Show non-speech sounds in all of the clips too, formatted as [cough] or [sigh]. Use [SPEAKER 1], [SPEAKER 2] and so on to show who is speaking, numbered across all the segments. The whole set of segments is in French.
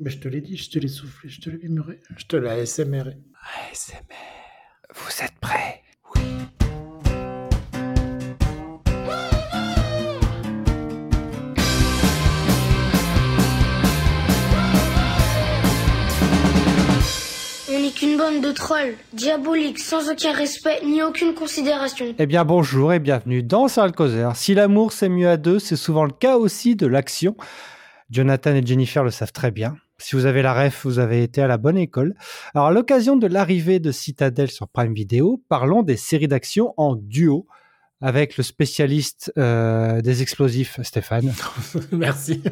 [SPEAKER 1] Mais je te l'ai dit, je te l'ai soufflé, je te l'ai muré, je te l'ai SMR.
[SPEAKER 2] ASMR. Vous êtes prêts
[SPEAKER 3] On n'est qu'une bande de trolls, diaboliques, sans aucun respect ni aucune considération.
[SPEAKER 2] Eh bien bonjour et bienvenue dans Sarl Causer. Si l'amour c'est mieux à deux, c'est souvent le cas aussi de l'action. Jonathan et Jennifer le savent très bien. Si vous avez la ref, vous avez été à la bonne école. Alors, à l'occasion de l'arrivée de Citadel sur Prime Video, parlons des séries d'action en duo avec le spécialiste euh, des explosifs, Stéphane,
[SPEAKER 1] Merci.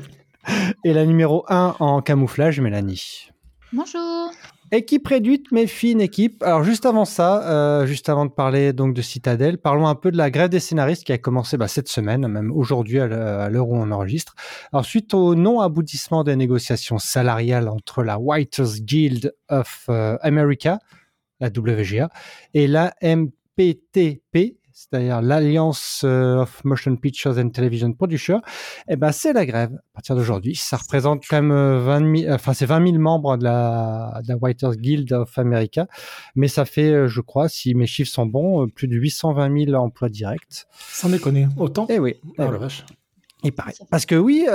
[SPEAKER 2] et la numéro 1 en camouflage, Mélanie.
[SPEAKER 4] Bonjour.
[SPEAKER 2] Équipe réduite mais fine équipe. Alors juste avant ça, euh, juste avant de parler donc de Citadel, parlons un peu de la grève des scénaristes qui a commencé bah, cette semaine, même aujourd'hui à l'he- à l'heure où on enregistre. Alors suite au non aboutissement des négociations salariales entre la Writers Guild of euh, America, la WGA, et la MPTP, c'est-à-dire l'Alliance euh, of Motion Pictures and Television Producers, eh ben, c'est la grève à partir d'aujourd'hui. Ça représente quand même euh, 20 000, enfin, c'est 20 000 membres de la, de la Writers Guild of America. Mais ça fait, euh, je crois, si mes chiffres sont bons, euh, plus de 820 000 emplois directs.
[SPEAKER 1] Sans déconner, autant.
[SPEAKER 2] Eh oui. eh
[SPEAKER 1] Ah
[SPEAKER 2] oui.
[SPEAKER 1] la vache.
[SPEAKER 2] Et pareil. Parce que oui,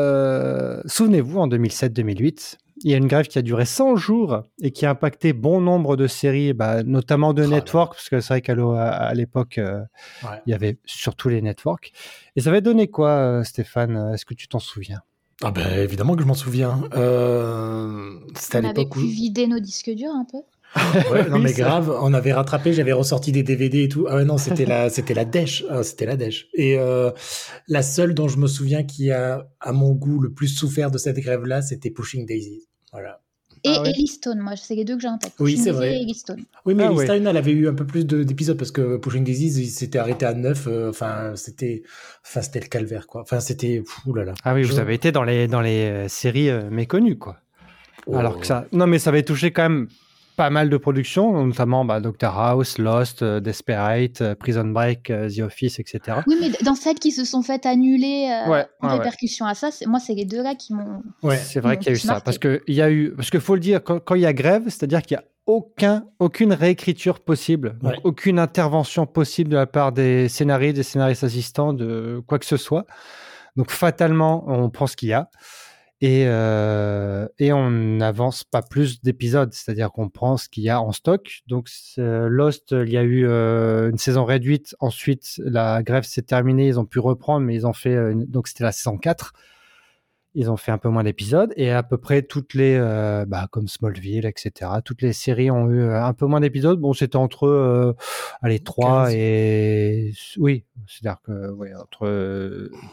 [SPEAKER 2] euh, souvenez-vous, en 2007-2008, il y a une grève qui a duré 100 jours et qui a impacté bon nombre de séries, bah, notamment de
[SPEAKER 1] Oh là là.
[SPEAKER 2] Network, parce que c'est vrai qu'à l'o- à- à l'époque, euh,
[SPEAKER 1] Ouais.
[SPEAKER 2] il y avait surtout les Networks. Et ça avait donné quoi, euh, Stéphane Est-ce que tu t'en souviens
[SPEAKER 1] Ah ben évidemment que je m'en souviens. Euh, C'était à
[SPEAKER 4] On avait
[SPEAKER 1] l'époque où.
[SPEAKER 4] pu vider nos disques durs un peu.
[SPEAKER 1] Ouais, non
[SPEAKER 4] [laughs]
[SPEAKER 2] Oui,
[SPEAKER 1] mais
[SPEAKER 2] ça.
[SPEAKER 1] grave, on avait rattrapé, j'avais ressorti des DVD et tout. Ah ouais, non, c'était la, [laughs] c'était la dèche, Ah, c'était la dèche. Et euh, la seule dont je me souviens qui a, à mon goût, le plus souffert de cette grève-là, c'était Pushing Daisies. Voilà.
[SPEAKER 4] Et
[SPEAKER 2] Ah ouais.
[SPEAKER 4] Ellie Stone, moi, c'est les deux que j'ai en tête.
[SPEAKER 1] Oui,
[SPEAKER 4] Pushing
[SPEAKER 1] c'est
[SPEAKER 4] Daisy
[SPEAKER 1] vrai.
[SPEAKER 4] Et Ellie Stone.
[SPEAKER 1] Oui, mais
[SPEAKER 2] Ah
[SPEAKER 1] Ellie
[SPEAKER 2] ouais.
[SPEAKER 1] Stein, elle avait eu un peu plus de- d'épisodes parce que Pushing Daisies, il s'était arrêté à 9. Enfin, c'était, enfin, c'était le calvaire, quoi. Enfin, c'était, pff, oulala.
[SPEAKER 2] Ah oui,
[SPEAKER 1] Je-
[SPEAKER 2] vous avez été dans les, dans les euh, séries euh, méconnues, quoi.
[SPEAKER 1] Oh.
[SPEAKER 2] Alors que ça. Non, mais ça avait touché quand même pas mal de productions, notamment bah, Doctor House, Lost, euh, Desperate, euh, Prison Break, euh, The Office, etc.
[SPEAKER 4] Oui, mais dans celles qui se sont faites annuler euh,
[SPEAKER 2] Ouais,
[SPEAKER 4] en
[SPEAKER 2] ouais, ouais.
[SPEAKER 4] répercussion à ça, c'est- moi, c'est les deux là qui m'ont.
[SPEAKER 1] Ouais.
[SPEAKER 2] C'est vrai
[SPEAKER 4] Ils
[SPEAKER 2] qu'il y a
[SPEAKER 4] m'ont
[SPEAKER 2] eu
[SPEAKER 4] tous
[SPEAKER 2] ça.
[SPEAKER 4] marqué.
[SPEAKER 2] Parce que il y a eu, parce que faut le dire, quand, quand il y a grève, c'est-à-dire qu'il y a aucun, aucune réécriture possible, donc
[SPEAKER 1] Ouais.
[SPEAKER 2] aucune intervention possible de la part des scénaristes, des scénaristes assistants, de quoi que ce soit. Donc fatalement, on prend ce qu'il y a et euh, et on n'avance pas plus d'épisodes, c'est-à-dire qu'on prend ce qu'il y a en stock. Donc c'est- euh, Lost, il y a eu euh, une saison réduite. Ensuite, la grève s'est terminée, ils ont pu reprendre, mais ils ont fait euh, une- donc c'était la saison 4 ils ont fait un peu moins d'épisodes et à peu près toutes les, euh, bah, comme Smallville, etc. Toutes les séries ont eu euh, un peu moins d'épisodes. Bon, c'était entre, euh, allez, 3
[SPEAKER 1] 15.
[SPEAKER 2] et oui, c'est-à-dire que ouais, entre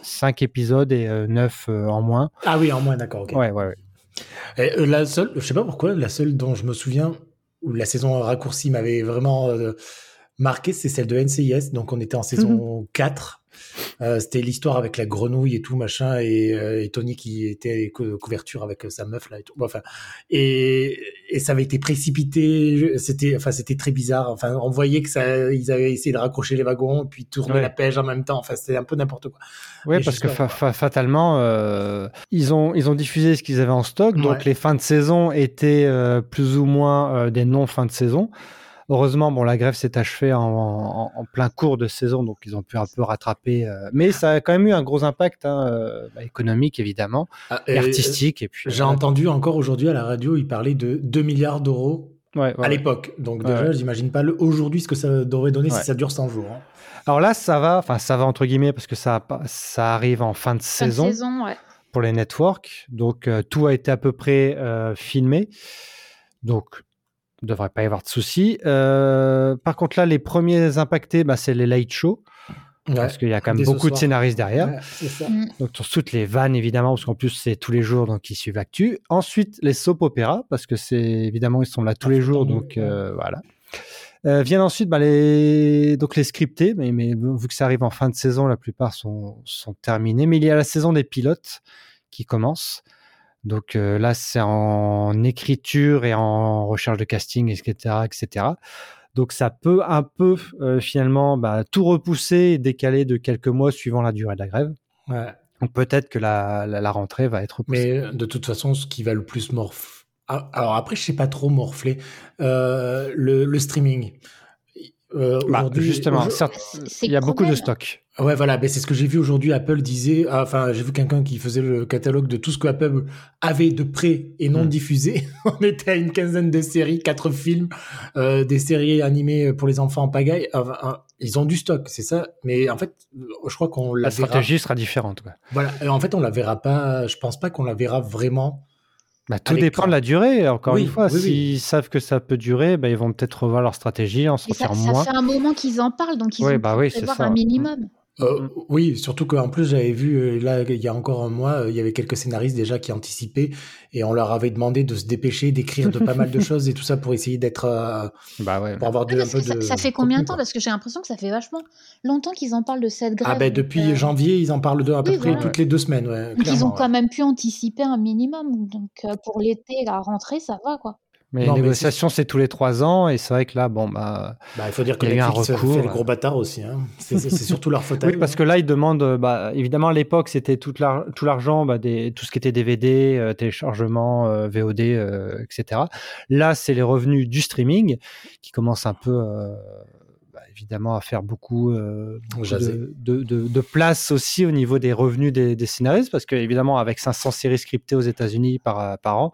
[SPEAKER 2] 5 épisodes et 9 en moins.
[SPEAKER 1] Ah oui, en moins, d'accord, ok.
[SPEAKER 2] Ouais, ouais, ouais.
[SPEAKER 1] Et, euh, la seule, je sais pas pourquoi, la seule dont je me souviens où la saison raccourcie m'avait vraiment euh, marqué, c'est celle de NCIS. Donc on était en saison
[SPEAKER 2] Mhm.
[SPEAKER 1] 4. Euh, c'était l'histoire avec la grenouille et tout machin et, euh, et Tony qui était cou- couverture avec euh, sa meuf là et tout. Bon, enfin et, et ça avait été précipité. Je- C'était enfin c'était très bizarre. Enfin on voyait que ça ils avaient essayé de raccrocher les wagons puis tourner
[SPEAKER 2] Ouais.
[SPEAKER 1] la pêche en même temps. Enfin c'était un peu n'importe quoi.
[SPEAKER 2] Ouais,
[SPEAKER 1] Et
[SPEAKER 2] parce que
[SPEAKER 1] justement-
[SPEAKER 2] fa- fa- fatalement, euh, ils ont ils ont diffusé ce qu'ils avaient en stock, donc
[SPEAKER 1] Ouais.
[SPEAKER 2] les fins de saison étaient euh, plus ou moins euh, des non fins de saison. Heureusement, bon, la grève s'est achevée en, en- en plein cours de saison, donc ils ont pu un peu rattraper. euh, mais ça a quand même eu un gros impact hein, euh, bah, économique, évidemment, et,
[SPEAKER 1] Et-
[SPEAKER 2] Ah, artistique, et puis.
[SPEAKER 1] J'ai
[SPEAKER 2] euh,
[SPEAKER 1] entendu encore aujourd'hui à la radio, il parlait de 2 milliards d'euros
[SPEAKER 2] euh, ouais, ouais,
[SPEAKER 1] à
[SPEAKER 2] ouais.
[SPEAKER 1] l'époque. Donc
[SPEAKER 2] Ouais,
[SPEAKER 1] déjà,
[SPEAKER 2] ouais.
[SPEAKER 1] j'imagine pas le- aujourd'hui ce que ça devrait donner
[SPEAKER 2] Ouais.
[SPEAKER 1] si ça dure 100 jours. hein.
[SPEAKER 2] Alors là, ça va, enfin ça va entre guillemets parce que ça a pas- ça arrive en fin de
[SPEAKER 4] Fin de
[SPEAKER 2] saison.
[SPEAKER 4] saison, ouais.
[SPEAKER 2] pour les networks. Donc, euh, tout a été à peu près euh, filmé. Donc, il ne devrait pas y avoir de soucis. Euh, par contre, là, les premiers impactés, bah, c'est les late shows. Parce qu'il y a quand même
[SPEAKER 1] dès ce
[SPEAKER 2] beaucoup de
[SPEAKER 1] soir.
[SPEAKER 2] scénaristes derrière.
[SPEAKER 1] Ouais, c'est ça.
[SPEAKER 2] Donc, sur toutes les vannes, évidemment, parce qu'en plus, c'est tous les jours, donc ils suivent l'actu. Ensuite, les soap opéra, parce que c'est évidemment, ils sont là tous
[SPEAKER 1] Ah,
[SPEAKER 2] les
[SPEAKER 1] faut
[SPEAKER 2] jours,
[SPEAKER 1] tomber,
[SPEAKER 2] donc euh, voilà. Euh, viennent ensuite bah, les... Donc, les scriptés, mais, mais vu que ça arrive en fin de saison, la plupart sont, sont terminés. Mais il y a la saison des pilotes qui commence. Donc euh, là, c'est en écriture et en recherche de casting, etc. etc. Donc ça peut un peu euh, finalement bah, tout repousser et décaler de quelques mois suivant la durée de la grève.
[SPEAKER 1] Ouais.
[SPEAKER 2] Donc peut-être que la, la, la rentrée va être repoussée.
[SPEAKER 1] Mais de toute façon, ce qui va le plus morfler. Alors après, je sais pas trop morfler. Euh, le, le, streaming.
[SPEAKER 2] Euh, bah, justement,
[SPEAKER 4] C'est- c'est
[SPEAKER 2] euh, il y a
[SPEAKER 4] le
[SPEAKER 2] beaucoup de
[SPEAKER 4] problème.
[SPEAKER 2] stocks.
[SPEAKER 1] Ouais, voilà, ben, c'est ce que j'ai vu aujourd'hui. Apple disait, ah, enfin, j'ai vu quelqu'un qui faisait le catalogue de tout ce que Apple avait de prêt et non
[SPEAKER 2] Mm.
[SPEAKER 1] diffusé. [laughs] On était à une quinzaine de séries, quatre films, euh, des séries animées pour les enfants en pagaille. Enfin, un- ils ont du stock, c'est ça. Mais en fait, euh, je crois qu'on la,
[SPEAKER 2] La
[SPEAKER 1] verra.
[SPEAKER 2] stratégie sera différente. quoi.
[SPEAKER 1] Voilà. Et En fait, on la verra pas. Je pense pas qu'on la verra vraiment.
[SPEAKER 2] Bah, tout
[SPEAKER 1] À l'écran.
[SPEAKER 2] dépend de la durée, encore
[SPEAKER 1] Oui,
[SPEAKER 2] une fois.
[SPEAKER 1] oui, oui.
[SPEAKER 2] S'ils savent que ça peut durer, bah, ils vont peut-être revoir leur stratégie, en
[SPEAKER 4] Mais ça,
[SPEAKER 2] sortir
[SPEAKER 4] ça
[SPEAKER 2] moins.
[SPEAKER 4] fait un moment qu'ils en parlent, donc ils
[SPEAKER 2] Oui,
[SPEAKER 4] ont
[SPEAKER 2] bah
[SPEAKER 4] pu
[SPEAKER 2] oui, c'est
[SPEAKER 4] prévoir
[SPEAKER 2] ça.
[SPEAKER 4] un minimum.
[SPEAKER 1] Euh,
[SPEAKER 2] Mm.
[SPEAKER 1] Oui, surtout qu'en plus j'avais vu euh, là il y a encore un mois, euh, il y avait quelques scénaristes déjà qui anticipaient et on leur avait demandé de se dépêcher, d'écrire de pas mal de choses et tout ça pour essayer d'être euh,
[SPEAKER 2] Bah ouais.
[SPEAKER 1] pour avoir
[SPEAKER 4] Ouais,
[SPEAKER 1] de, un
[SPEAKER 4] parce
[SPEAKER 1] peu
[SPEAKER 4] que ça,
[SPEAKER 1] de.
[SPEAKER 4] ça fait combien de temps
[SPEAKER 1] contenu,
[SPEAKER 4] Parce que j'ai l'impression que ça fait vachement longtemps qu'ils en parlent de cette
[SPEAKER 1] quoi.
[SPEAKER 4] grève.
[SPEAKER 1] Ah ben
[SPEAKER 4] donc,
[SPEAKER 1] depuis
[SPEAKER 4] euh, [laughs]
[SPEAKER 1] janvier, ils en parlent de à peu
[SPEAKER 4] oui,
[SPEAKER 1] près
[SPEAKER 4] voilà.
[SPEAKER 1] toutes les deux semaines. Ouais,
[SPEAKER 4] donc ils
[SPEAKER 1] clairement,
[SPEAKER 4] ont
[SPEAKER 1] ouais.
[SPEAKER 4] quand même pu anticiper un minimum. Donc euh, pour l'été, la rentrée, ça va quoi.
[SPEAKER 2] Mais
[SPEAKER 1] Non, mais
[SPEAKER 2] les négociations, c'est tous les trois ans, et c'est vrai que là, bon, bah.
[SPEAKER 1] Bah, il faut dire que
[SPEAKER 2] Il y a eu un
[SPEAKER 1] Netflix
[SPEAKER 2] recours,
[SPEAKER 1] fait le
[SPEAKER 2] ouais.
[SPEAKER 1] gros bâtard aussi.
[SPEAKER 2] [laughs]
[SPEAKER 1] Hein. C'est c'est- c'est surtout leur faute. à
[SPEAKER 2] Oui,
[SPEAKER 1] eux, hein.
[SPEAKER 2] parce que là, ils demandent, euh, bah, évidemment, à l'époque, c'était toute l'ar- tout l'argent, bah, des- tout ce qui était DVD, euh, téléchargement, euh, VOD, euh, etc. Là, c'est les revenus du streaming qui commencent un peu, euh, bah, évidemment, à faire beaucoup, euh, beaucoup
[SPEAKER 1] Jaser.
[SPEAKER 2] de, de- de- de place aussi au niveau des revenus des, des scénaristes, parce que, évidemment, avec 500 séries scriptées aux États-Unis par, euh, par an,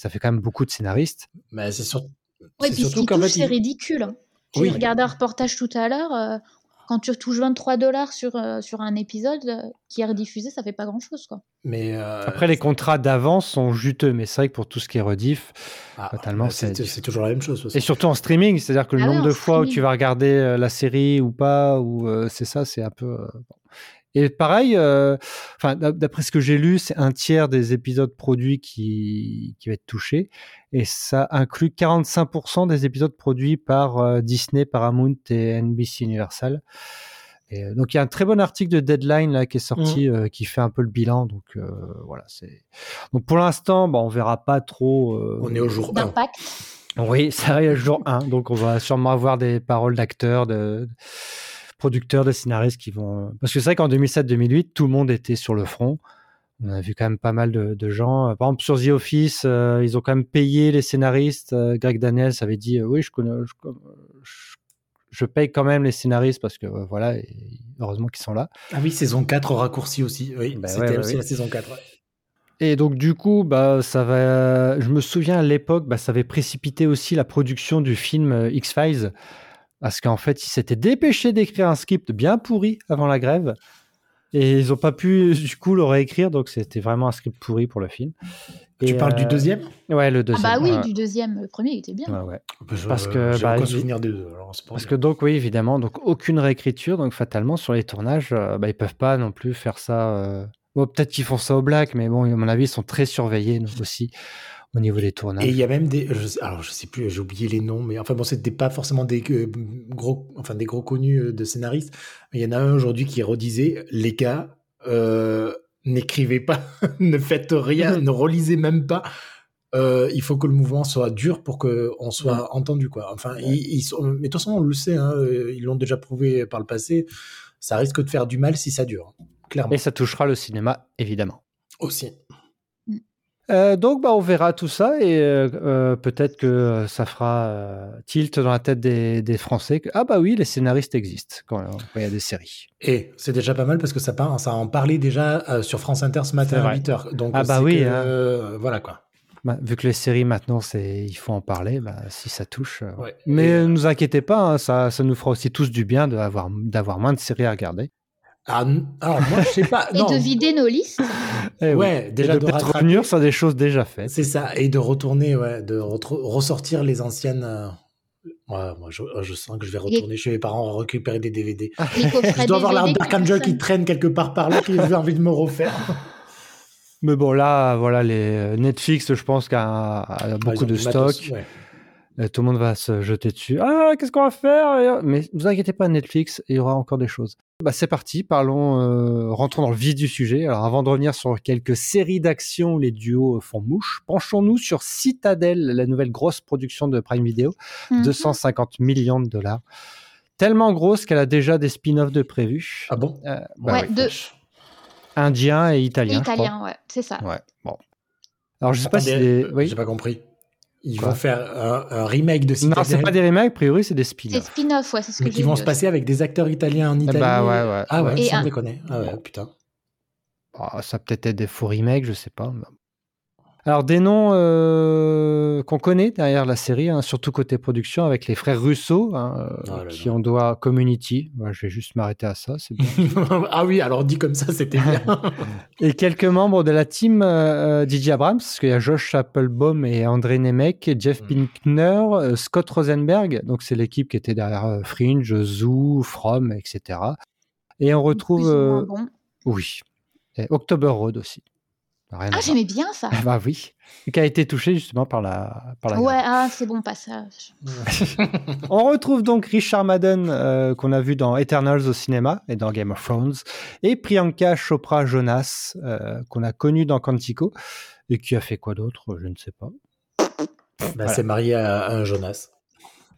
[SPEAKER 2] ça fait quand même beaucoup de scénaristes.
[SPEAKER 1] Mais c'est sur-
[SPEAKER 4] Oui,
[SPEAKER 1] c'est
[SPEAKER 4] puis ce
[SPEAKER 1] surtout
[SPEAKER 4] qu'ils
[SPEAKER 1] qu'en
[SPEAKER 4] touchent,
[SPEAKER 1] fait,
[SPEAKER 4] c'est
[SPEAKER 1] ils-
[SPEAKER 4] ridicule. hein. J'ai
[SPEAKER 1] Oui.
[SPEAKER 4] regardé un reportage tout à l'heure. euh, quand tu touches 23 dollars sur, euh, sur un épisode euh, qui est rediffusé, ça fait pas grand chose quoi.
[SPEAKER 1] mais euh,
[SPEAKER 2] Après, les contrats d'avance sont juteux, mais c'est vrai que pour tout ce qui est rediff,
[SPEAKER 1] ah,
[SPEAKER 2] totalement,
[SPEAKER 1] bah, c'est
[SPEAKER 2] c'est-
[SPEAKER 1] c'est toujours la même chose.
[SPEAKER 2] Et surtout en streaming, c'est-à-dire que le
[SPEAKER 4] Ah ouais,
[SPEAKER 2] nombre
[SPEAKER 4] en
[SPEAKER 2] de fois où tu
[SPEAKER 4] streaming.
[SPEAKER 2] vas regarder euh, la série ou pas, ou euh, c'est ça, c'est un peu. euh, bon. Et pareil, euh, enfin d'a- d'après ce que j'ai lu, c'est un tiers des épisodes produits qui qui va être touché, et ça inclut 45% des épisodes produits par euh, Disney, Paramount et NBC Universal. Et, euh, donc il y a un très bon article de Deadline là qui est sorti, euh, qui fait un peu le bilan. Donc euh, voilà, c'est. Donc pour l'instant, bah, on verra pas trop. euh,
[SPEAKER 1] On est au jour 1.
[SPEAKER 4] D'impact.
[SPEAKER 2] oui, [laughs] ça arrive le jour 1, donc on va sûrement avoir des paroles d'acteurs, de de producteurs, de scénaristes qui vont... Parce que c'est vrai qu'en 2007-2008, tout le monde était sur le front. On a vu quand même pas mal de, de gens. Euh, Par exemple, sur The Office, euh, ils ont quand même payé les scénaristes. Euh, Greg Daniels avait dit, euh, oui, je, connais, je, con- je- je paye quand même les scénaristes parce que euh, voilà, et heureusement qu'ils sont là.
[SPEAKER 1] Ah oui, saison 4 au raccourci aussi. Oui,
[SPEAKER 2] Bah
[SPEAKER 1] c'était
[SPEAKER 2] ouais, ouais,
[SPEAKER 1] aussi
[SPEAKER 2] ouais.
[SPEAKER 1] la saison 4. ouais.
[SPEAKER 2] Et donc du coup, bah ça va. Je me souviens à l'époque, bah, ça avait précipité aussi la production du film X Files, parce qu'en fait, ils s'étaient dépêchés d'écrire un script bien pourri avant la grève, et ils ont pas pu du coup le réécrire, donc c'était vraiment un script pourri pour le film.
[SPEAKER 1] Tu
[SPEAKER 2] Et,
[SPEAKER 1] parles du
[SPEAKER 2] euh,
[SPEAKER 1] deuxième
[SPEAKER 2] Ouais, le
[SPEAKER 4] Ah
[SPEAKER 2] deuxième.
[SPEAKER 4] bah oui,
[SPEAKER 2] ouais.
[SPEAKER 4] du deuxième. Le premier, il était bien.
[SPEAKER 2] Ouais, ouais.
[SPEAKER 1] Parce que euh, j'ai
[SPEAKER 2] bah,
[SPEAKER 1] aucun
[SPEAKER 2] il-
[SPEAKER 1] souvenir des deux. alors c'est pour
[SPEAKER 2] Parce
[SPEAKER 1] dire.
[SPEAKER 2] que donc oui, évidemment, donc aucune réécriture, donc fatalement sur les tournages, euh, bah, ils peuvent pas non plus faire ça. euh, Bon, peut-être qu'ils font ça au black, mais bon, à mon avis, ils sont très surveillés donc, aussi au niveau des tournages.
[SPEAKER 1] Et il y a même des, je sais- alors je sais plus, j'ai oublié les noms, mais enfin bon, c'était pas forcément des euh, gros, enfin des gros connus euh, de scénaristes. Mais il y en a un aujourd'hui qui redisait, les gars, euh, n'écrivez pas, [laughs] ne faites rien, ne relisez même pas. Euh, il faut que le mouvement soit dur pour que on soit entendu, quoi. Enfin, ils, ils sont, mais de toute façon, on le sait, hein, euh, ils l'ont déjà prouvé par le passé. Ça risque de faire du mal si ça dure, hein, clairement.
[SPEAKER 2] Et ça touchera le cinéma, évidemment.
[SPEAKER 1] Aussi.
[SPEAKER 2] Euh, donc, bah, on verra tout ça et euh, euh, peut-être que euh, ça fera euh, tilt dans la tête des, des Français que, ah bah oui, les scénaristes existent quand quand il y a des séries.
[SPEAKER 1] Et c'est déjà pas mal parce que ça, part, ça en parlait déjà euh, sur France Inter ce matin
[SPEAKER 2] C'est
[SPEAKER 1] à
[SPEAKER 2] vrai.
[SPEAKER 1] 8h. Donc,
[SPEAKER 2] Ah bah
[SPEAKER 1] c'est
[SPEAKER 2] oui,
[SPEAKER 1] que,
[SPEAKER 2] hein.
[SPEAKER 1] euh, voilà quoi.
[SPEAKER 2] Bah, vu que les séries maintenant, c'est il faut en parler, bah, si ça touche. euh,
[SPEAKER 1] Ouais.
[SPEAKER 2] Mais
[SPEAKER 1] Et,
[SPEAKER 2] ne
[SPEAKER 1] euh,
[SPEAKER 2] nous inquiétez pas, hein, ça, ça nous fera aussi tous du bien d'avoir d'avoir moins de séries à regarder.
[SPEAKER 1] ah, n- alors, moi, je sais pas.
[SPEAKER 4] [laughs] Et
[SPEAKER 1] non.
[SPEAKER 4] de vider
[SPEAKER 1] [laughs]
[SPEAKER 4] nos listes.
[SPEAKER 2] Eh oui.
[SPEAKER 1] ouais,
[SPEAKER 2] Et
[SPEAKER 1] déjà
[SPEAKER 2] de
[SPEAKER 1] de
[SPEAKER 2] peut-être
[SPEAKER 1] rattraper-
[SPEAKER 2] revenir sur des choses déjà faites.
[SPEAKER 1] C'est ça. Et de retourner, ouais, de retro- ressortir les anciennes. euh, ouais, moi, je, euh, je sens que je vais retourner chez mes parents récupérer des DVD.
[SPEAKER 4] Les
[SPEAKER 1] Je
[SPEAKER 4] coffrets
[SPEAKER 1] dois avoir la
[SPEAKER 4] DVD que
[SPEAKER 1] Dark Angel qui
[SPEAKER 4] personne-
[SPEAKER 1] traîne quelque part par là, qui j'ai envie de me
[SPEAKER 2] [laughs]
[SPEAKER 1] refaire.
[SPEAKER 2] Mais bon, là, voilà, les euh, Netflix, je pense, qu'a a
[SPEAKER 1] Par
[SPEAKER 2] beaucoup
[SPEAKER 1] exemple,
[SPEAKER 2] de
[SPEAKER 1] du matos,
[SPEAKER 2] stock.
[SPEAKER 1] ouais.
[SPEAKER 2] Euh, Tout le monde va se jeter dessus. Ah, qu'est-ce qu'on va faire euh, Mais ne vous inquiétez pas, Netflix, il y aura encore des choses. Bah, c'est parti, parlons, euh, rentrons dans le vif du sujet. Alors, avant de revenir sur quelques séries d'action où les duos euh, font mouche, penchons-nous sur Citadel, la nouvelle grosse production de Prime Video,
[SPEAKER 4] Mhm.
[SPEAKER 2] 250 millions de dollars. Tellement grosse qu'elle a déjà des spin-offs de prévus.
[SPEAKER 1] Ah bon
[SPEAKER 2] Euh, bah
[SPEAKER 4] Ouais,
[SPEAKER 2] oui.
[SPEAKER 4] de-
[SPEAKER 2] indien et italien. je
[SPEAKER 4] Italien, ouais, c'est ça.
[SPEAKER 2] crois. Ouais, bon. Alors, euh, je sais pas si.
[SPEAKER 1] Attendez,
[SPEAKER 2] les- Oui.
[SPEAKER 1] J'ai pas compris. Ils
[SPEAKER 2] Quoi
[SPEAKER 1] vont faire un, un remake de Citadel.
[SPEAKER 2] Non, c'est pas des remakes, a priori, c'est des
[SPEAKER 4] C'est
[SPEAKER 2] spin-offs.
[SPEAKER 4] spin-off, ouais, c'est ce que
[SPEAKER 1] Mais
[SPEAKER 4] j'ai
[SPEAKER 1] qui vont
[SPEAKER 4] vu
[SPEAKER 1] se
[SPEAKER 4] aussi.
[SPEAKER 1] passer avec des acteurs italiens en Italie.
[SPEAKER 2] bah ouais, ouais.
[SPEAKER 1] Ah ouais,
[SPEAKER 4] Et
[SPEAKER 1] sans
[SPEAKER 4] un-
[SPEAKER 1] déconner. Ah ouais, putain. [laughs]
[SPEAKER 2] Ah, ça a peut-être être des faux remakes, je sais pas. Alors des noms euh, qu'on connaît derrière la série, hein, surtout côté production, avec les frères Russo, hein, euh,
[SPEAKER 1] Oh là là.
[SPEAKER 2] qui on doit Community. Ouais, je vais juste m'arrêter à ça, c'est bon.
[SPEAKER 1] ah oui, alors dit comme ça, c'était bien.
[SPEAKER 2] [laughs] et quelques membres de la team euh, euh, DJ Abrams, parce qu'il y a Josh Applebaum et André Nemec, Jeff
[SPEAKER 1] Mm.
[SPEAKER 2] Pinkner, euh, Scott Rosenberg. Donc c'est l'équipe qui était derrière euh, Fringe, Zoo, From, etc. Et on
[SPEAKER 4] Plus
[SPEAKER 2] retrouve,
[SPEAKER 4] ou moins
[SPEAKER 2] euh,
[SPEAKER 4] bon. Ah,
[SPEAKER 2] oui, Et October Road aussi. Rien
[SPEAKER 4] Ah,
[SPEAKER 2] à voir.
[SPEAKER 4] j'aimais bien ça.
[SPEAKER 2] Ah Bah oui, qui a été touché justement par la. Par la
[SPEAKER 4] Ouais,
[SPEAKER 2] guerre.
[SPEAKER 4] ah, c'est bon passage.
[SPEAKER 2] On retrouve donc Richard Madden euh, qu'on a vu dans Eternals au cinéma et dans Game of Thrones et Priyanka Chopra Jonas euh, qu'on a connu dans Quantico et qui a fait quoi d'autre, je ne sais pas.
[SPEAKER 1] Bah, C'est marié à, à un Jonas.